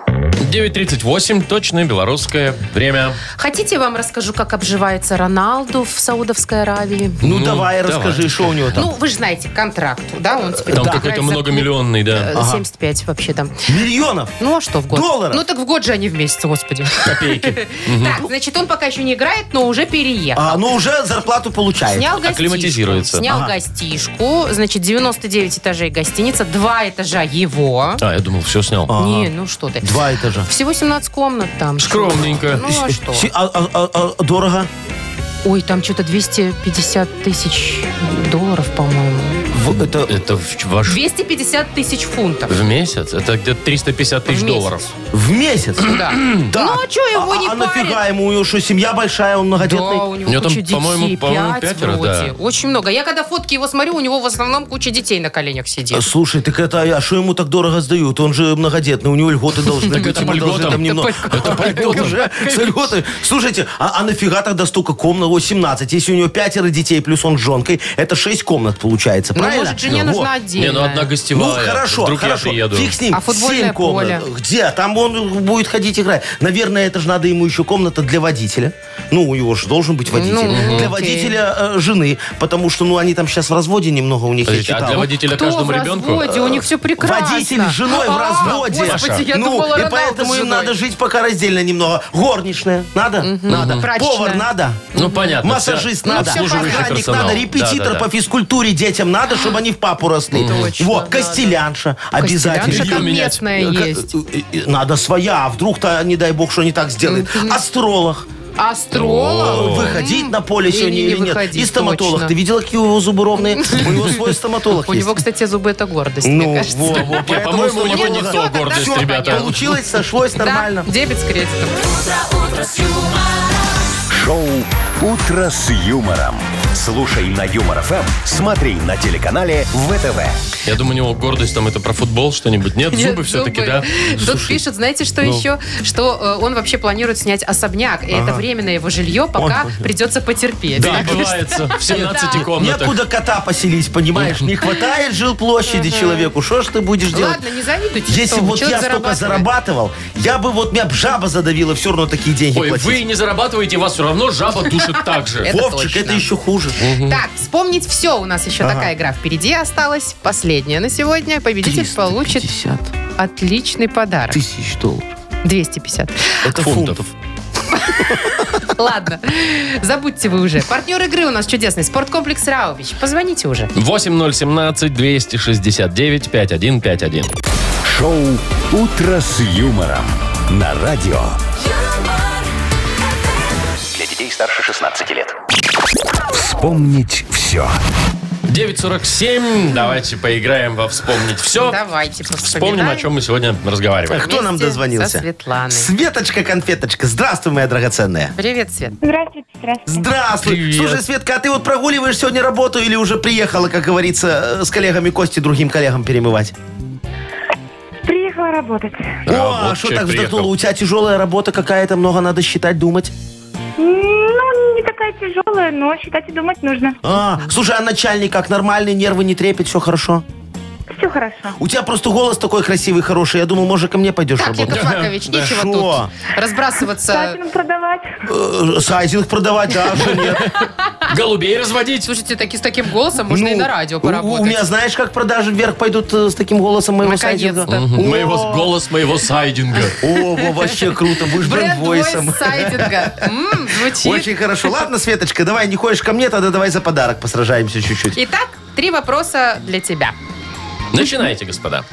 Speaker 2: 9.38, точное белорусское время.
Speaker 3: Хотите, я вам расскажу, как обживается Роналду в Саудовской Аравии?
Speaker 4: Ну,
Speaker 2: Ну,
Speaker 4: давай,
Speaker 2: давай.
Speaker 4: расскажи, что у него там.
Speaker 3: Ну, вы же знаете, контракт, да? Он теперь
Speaker 2: Там
Speaker 3: играет
Speaker 2: какой-то
Speaker 3: за клуб,
Speaker 2: многомиллионный,
Speaker 3: э,
Speaker 2: да.
Speaker 3: 75 вообще там.
Speaker 4: Миллионов.
Speaker 3: Ну а что в год?
Speaker 4: Долларов?
Speaker 3: Ну так в год же они в месяц, господи.
Speaker 2: Копейки.
Speaker 3: Так, значит, он пока еще не играет, но уже переехал.
Speaker 4: А, ну уже зарплату получает.
Speaker 3: Снял гостишку.
Speaker 2: Акклиматизируется.
Speaker 3: Снял
Speaker 4: Ага.
Speaker 3: гостишку. Значит, 99 этажей гостиница, два этажа его.
Speaker 2: А, я думал, все снял.
Speaker 4: Ага.
Speaker 3: Не, ну что ты.
Speaker 4: Два этажа.
Speaker 3: Всего 17 комнат там.
Speaker 2: Скромненько.
Speaker 3: Ну а что?
Speaker 4: Си- а- а- а- а- дорого?
Speaker 3: Ой, там что-то 250 тысяч долларов, по-моему.
Speaker 4: В- это,
Speaker 2: Это в, ч- во ш-
Speaker 3: 250 тысяч фунтов.
Speaker 2: в месяц? Это где-то 350 тысяч
Speaker 3: В месяц.
Speaker 2: долларов.
Speaker 4: в месяц?
Speaker 3: Да. Ну, а чё его
Speaker 4: а,
Speaker 3: не
Speaker 4: а нафига
Speaker 3: парит?
Speaker 4: ему? У него что, семья большая, он
Speaker 3: Да,
Speaker 4: многодетный? А,
Speaker 3: у него
Speaker 2: У него там,
Speaker 3: куча детей,
Speaker 2: по-моему, по-моему,
Speaker 3: пять
Speaker 2: пятеро,
Speaker 3: вроде.
Speaker 2: да.
Speaker 3: Очень много. Я когда фотки его смотрю, у него в основном куча детей на коленях сидит.
Speaker 4: А, Слушай, так это, а что ему так дорого сдают? Он же многодетный, у него льготы должны
Speaker 2: Так
Speaker 4: быть.
Speaker 2: это
Speaker 4: ему
Speaker 2: по
Speaker 4: должны
Speaker 2: льготам.
Speaker 4: там немного-
Speaker 2: Это по льготам.
Speaker 4: Уже с льготой. Слушайте, а а нафига тогда столько комнат? 18. Если у него пятеро детей, плюс он с женкой, это 6 комнат получается,
Speaker 3: Ну,
Speaker 4: правильно?
Speaker 3: может, жене
Speaker 4: Вот.
Speaker 3: нужна
Speaker 2: Не,
Speaker 3: отдельная.
Speaker 2: ну одна
Speaker 4: Ну,
Speaker 2: гостевая.
Speaker 4: хорошо,
Speaker 2: Вдруг
Speaker 4: хорошо.
Speaker 2: я приеду.
Speaker 4: Фиг с ним.
Speaker 3: А футбольное
Speaker 4: Семь комнат.
Speaker 3: поле?
Speaker 4: Где? Там он будет ходить играть. Наверное, это же надо ему еще комната для водителя. Ну, у него же должен быть водитель.
Speaker 3: Ну, окей.
Speaker 4: для водителя э, жены. Потому что, ну, они там сейчас в разводе немного у них, я
Speaker 2: Подождите, а
Speaker 4: читал.
Speaker 2: для водителя
Speaker 3: Кто
Speaker 2: каждому
Speaker 3: в
Speaker 2: ребенку?
Speaker 3: разводе? У них все прекрасно.
Speaker 4: Водитель с женой в
Speaker 3: А,
Speaker 4: разводе.
Speaker 3: Господи, я
Speaker 4: ну,
Speaker 3: думала,
Speaker 4: и
Speaker 3: Роналду
Speaker 4: поэтому
Speaker 3: с
Speaker 4: им
Speaker 3: женой.
Speaker 4: надо жить пока раздельно немного. Горничная надо? Надо.
Speaker 3: Прачечная.
Speaker 4: Повар надо?
Speaker 2: Ну, понятно.
Speaker 4: Массажист
Speaker 2: вся-
Speaker 4: надо,
Speaker 3: всё
Speaker 2: обслуживающий
Speaker 3: понятно.
Speaker 4: охранник
Speaker 2: персонал.
Speaker 4: надо, репетитор
Speaker 2: Да-да-да.
Speaker 4: по физкультуре детям
Speaker 3: А?
Speaker 4: надо, чтобы они в папу росли.
Speaker 3: Точно,
Speaker 4: вот,
Speaker 3: надо.
Speaker 4: костелянша
Speaker 3: Костелянша
Speaker 4: обязательно.
Speaker 2: Бельё
Speaker 3: там
Speaker 2: менять.
Speaker 3: местная
Speaker 4: Э,
Speaker 3: есть.
Speaker 4: э, э, Надо своя, а вдруг-то, не дай бог, что не так сделает. Астролог. Э,
Speaker 3: Астролог?
Speaker 4: Выходить на поле
Speaker 3: Или
Speaker 4: сегодня
Speaker 3: не
Speaker 4: или нет.
Speaker 3: выходить,
Speaker 4: И стоматолог.
Speaker 3: точно.
Speaker 4: Ты видела, какие у него зубы ровные? У него свой стоматолог
Speaker 3: У
Speaker 4: есть.
Speaker 3: него, кстати, зубы это гордость,
Speaker 4: Ну,
Speaker 3: мне кажется.
Speaker 4: во, во, поэтому
Speaker 2: по-моему, у него
Speaker 4: стоматолог-
Speaker 2: не
Speaker 3: всё,
Speaker 2: то
Speaker 3: тогда
Speaker 2: гордость,
Speaker 3: всё
Speaker 2: ребята.
Speaker 3: понятно.
Speaker 4: Получилось, сошлось
Speaker 3: Да,
Speaker 4: нормально.
Speaker 3: дебет с кредитом.
Speaker 1: Шоу «Утро с юмором». Слушай на Юмор ФМ, смотри на телеканале ВТВ.
Speaker 2: Я думаю, у него гордость там это про футбол что-нибудь. Нет,
Speaker 3: Нет,
Speaker 2: зубы все-таки, да?
Speaker 3: Тут пишет, знаете, что
Speaker 4: ну.
Speaker 3: еще? Что э, он вообще планирует снять особняк. И это временное его жилье, пока придется потерпеть.
Speaker 2: Да,
Speaker 3: Так что-
Speaker 2: бывает в 17
Speaker 3: Да.
Speaker 2: комнатах.
Speaker 4: Некуда кота поселить, понимаешь? Не хватает жилплощади человеку. Что ж ты будешь делать?
Speaker 3: Ладно, не завидуйте.
Speaker 4: Если
Speaker 3: что вы,
Speaker 4: вот я
Speaker 3: человек
Speaker 4: столько
Speaker 3: зарабатывает.
Speaker 4: зарабатывал, я бы вот меня б жаба задавила, все равно такие деньги
Speaker 2: Ой,
Speaker 4: платить.
Speaker 2: вы не зарабатываете, вас все равно жаба душит так же.
Speaker 3: Это
Speaker 4: Вовчик,
Speaker 3: точно.
Speaker 4: это еще хуже.
Speaker 3: Так, вспомнить все. У нас еще такая игра впереди осталась. Последняя на сегодня. Победитель получит отличный подарок.
Speaker 4: тысяч долларов.
Speaker 3: 250.
Speaker 4: Это
Speaker 2: Фунтов.
Speaker 4: фунтов.
Speaker 3: Ладно, забудьте вы уже. Партнер игры у нас чудесный. Спорткомплекс Раубич. Позвоните уже.
Speaker 2: 8017-269-5151.
Speaker 1: Шоу «Утро с юмором» на радио.
Speaker 5: Для детей старше 16 лет.
Speaker 1: Вспомнить все.
Speaker 2: 947. Давайте поиграем во «Вспомнить все».
Speaker 3: Давайте
Speaker 2: Вспомним, о чем мы сегодня разговариваем.
Speaker 4: А Кто нам
Speaker 3: Вместе
Speaker 4: дозвонился?
Speaker 3: со Светланой.
Speaker 4: Светочка конфеточка. Здравствуй, моя драгоценная.
Speaker 3: Привет, Свет.
Speaker 10: Здравствуйте, здравствуйте.
Speaker 4: Здравствуй.
Speaker 2: Привет.
Speaker 4: Слушай, Светка, а ты вот прогуливаешь сегодня работу или уже приехала, как говорится, э, с коллегами кости другим коллегам перемывать?
Speaker 10: Приехала работать.
Speaker 4: О,
Speaker 2: вот
Speaker 4: а что
Speaker 2: человек
Speaker 4: так вздохнула?
Speaker 2: приехал.
Speaker 4: У тебя тяжелая работа какая-то, много надо считать, думать.
Speaker 10: Ну, не такая тяжелая, но считать и думать нужно.
Speaker 4: А, слушай, а начальник как нормальный, нервы не трепет, все хорошо?
Speaker 10: Все хорошо.
Speaker 4: У тебя просто голос такой красивый, хороший. Я думал, может, ко мне пойдешь
Speaker 3: Так,
Speaker 4: работать.
Speaker 3: Яков Маркович, нечего
Speaker 4: Шо?
Speaker 3: тут разбрасываться.
Speaker 10: Платину продавать.
Speaker 4: Э, Сайзинг продавать, да, а что нет?
Speaker 2: Голубей разводить.
Speaker 3: Слушайте, таки, с таким голосом можно
Speaker 4: Ну,
Speaker 3: и на радио
Speaker 4: у- У
Speaker 3: поработать.
Speaker 4: меня, знаешь, как продажи вверх пойдут э, с таким голосом моего
Speaker 3: Наконец-то.
Speaker 4: сайдинга?
Speaker 2: Мгм.
Speaker 4: О,
Speaker 2: Моего, голос моего сайдинга.
Speaker 4: О, во, вообще круто, будешь бренд-войсом.
Speaker 3: Бренд-войс сайдинга. М, Звучит.
Speaker 4: Очень хорошо. Ладно, Светочка, давай, не ходишь ко мне, тогда давай за подарок посражаемся чуть-чуть.
Speaker 3: Итак, три вопроса для тебя.
Speaker 2: Начинайте, господа.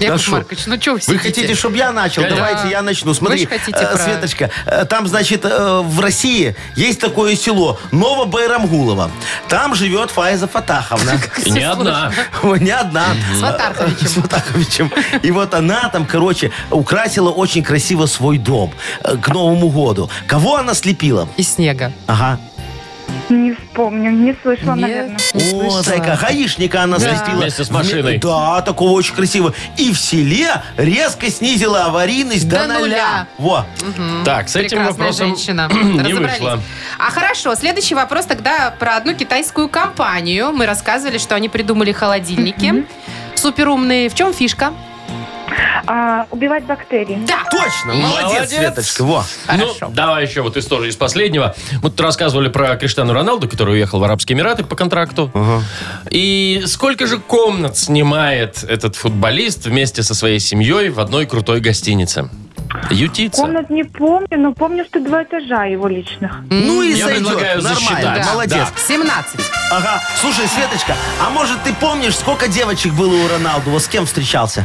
Speaker 3: Яков
Speaker 4: шо?
Speaker 3: Маркович, ну что вы
Speaker 4: Вы
Speaker 3: сидите?
Speaker 4: хотите, чтобы я начал?
Speaker 2: Конечно.
Speaker 4: Давайте я начну. Смотри,
Speaker 3: ж хотите
Speaker 4: э,
Speaker 3: про-
Speaker 4: Светочка, э, там, значит, э, в России есть такое село Новобайрамгулово. Там живет Фаиза Фатаховна.
Speaker 2: И не одна.
Speaker 4: Ой, Не одна.
Speaker 3: С Ватарховичем.
Speaker 4: С Ватарховичем. И вот она там, короче, украсила очень красиво свой дом э, к Новому году. Кого она слепила?
Speaker 3: И снега.
Speaker 4: Ага.
Speaker 10: Не вспомню, не слышала,
Speaker 3: Не-
Speaker 10: наверное.
Speaker 3: не слышала.
Speaker 4: О, зайка, гаишника она
Speaker 2: Да.
Speaker 4: слепила.
Speaker 2: Вместе с машиной.
Speaker 4: Да, такого очень красивого. И в селе резко снизила аварийность до,
Speaker 3: До нуля.
Speaker 4: Во.
Speaker 2: Так, с этим
Speaker 3: Прекрасная
Speaker 2: вопросом
Speaker 3: женщина.
Speaker 2: не
Speaker 3: Разобрались.
Speaker 2: вышло.
Speaker 3: А хорошо, следующий вопрос тогда про одну китайскую компанию. Мы рассказывали, что они придумали холодильники. Суперумные. В чем фишка?
Speaker 10: А, убивать бактерии.
Speaker 3: Да.
Speaker 4: Точно, молодец,
Speaker 2: Молодец.
Speaker 4: Светочка. Во.
Speaker 2: Ну, давай еще вот из тоже из последнего. Мы тут рассказывали про Криштиану Роналду, который уехал в Арабские Эмираты по контракту. И сколько же комнат снимает этот футболист вместе со своей семьей в одной крутой гостинице? Ютица.
Speaker 10: Комнат не помню, но помню, что два этажа его личных.
Speaker 4: Ну и
Speaker 2: Я
Speaker 4: сойдет.
Speaker 2: предлагаю
Speaker 4: Нормально,
Speaker 2: засчитать.
Speaker 4: молодец.
Speaker 3: 17.
Speaker 4: Ага. Слушай, Светочка, а может ты помнишь, сколько девочек было у Роналду? Вот с кем встречался?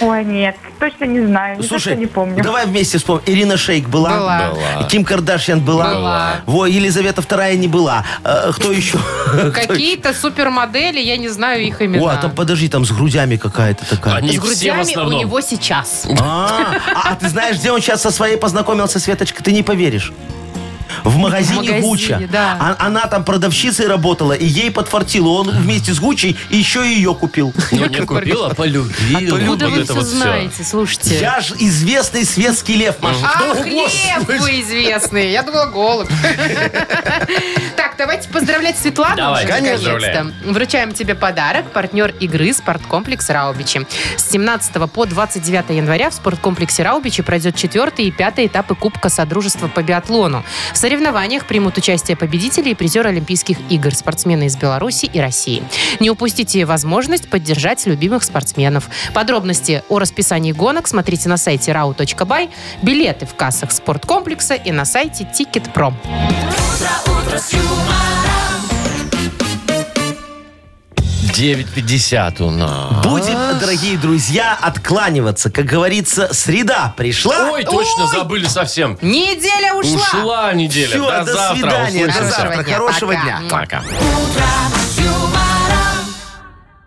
Speaker 10: Ой, нет, точно не знаю, ни за что не помню.
Speaker 4: давай вместе вспомним. Ирина Шейк была?
Speaker 3: Была.
Speaker 4: Ким Кардашьян была?
Speaker 3: Была.
Speaker 4: Во, Елизавета вторая не была. Э, кто еще?
Speaker 3: Какие-то супермодели, я не знаю их
Speaker 4: О,
Speaker 3: имена.
Speaker 4: а там, подожди, там с грудями какая-то такая.
Speaker 2: Они
Speaker 3: С
Speaker 2: все в
Speaker 3: грудями у
Speaker 2: основном.
Speaker 3: него сейчас.
Speaker 4: А, а ты знаешь, где он сейчас со своей познакомился, Светочка? Ты не поверишь. В магазине
Speaker 3: магазине,
Speaker 4: Гучча.
Speaker 3: да.
Speaker 4: А- она там продавщицей работала, и ей подфартило. Он вместе с Гуччей еще и ее купил.
Speaker 2: Ну, не купила, полюбила.
Speaker 3: Откуда
Speaker 2: Вот
Speaker 3: вы
Speaker 2: это
Speaker 3: все
Speaker 2: вот всё.
Speaker 3: знаете, слушайте?
Speaker 4: Я же известный светский лев, Маша.
Speaker 3: А,
Speaker 4: Кто-
Speaker 3: хлеб вы известный. Я думала, голубь. Так, давайте поздравлять Светлану
Speaker 2: Давай,
Speaker 3: уже,
Speaker 2: конечно.
Speaker 3: наконец-то. Вручаем тебе подарок. Партнер игры «Спорткомплекс Раубичи». С 17 по 29 января в «Спорткомплексе Раубичи» пройдет четвертый и пятый этапы Кубка Содружества по биатлону. В соревнованиях примут участие победители и призеры Олимпийских игр, спортсмены из Беларуси и России. Не упустите возможность поддержать любимых спортсменов. Подробности о расписании гонок смотрите на сайте rau.by, билеты в кассах спорткомплекса и на сайте Ticket.pro.
Speaker 11: с юмором.
Speaker 2: 9.50 у нас.
Speaker 4: Будем, дорогие друзья, откланиваться. Как говорится, среда пришла.
Speaker 2: Ой, точно, забыли совсем.
Speaker 3: Неделя ушла!
Speaker 2: Ушла неделя.
Speaker 4: Всё,
Speaker 2: До
Speaker 4: до
Speaker 2: завтра.
Speaker 4: свидания, до
Speaker 2: Услышимся.
Speaker 4: завтра. Хорошего дня.
Speaker 2: Пока.
Speaker 11: Утро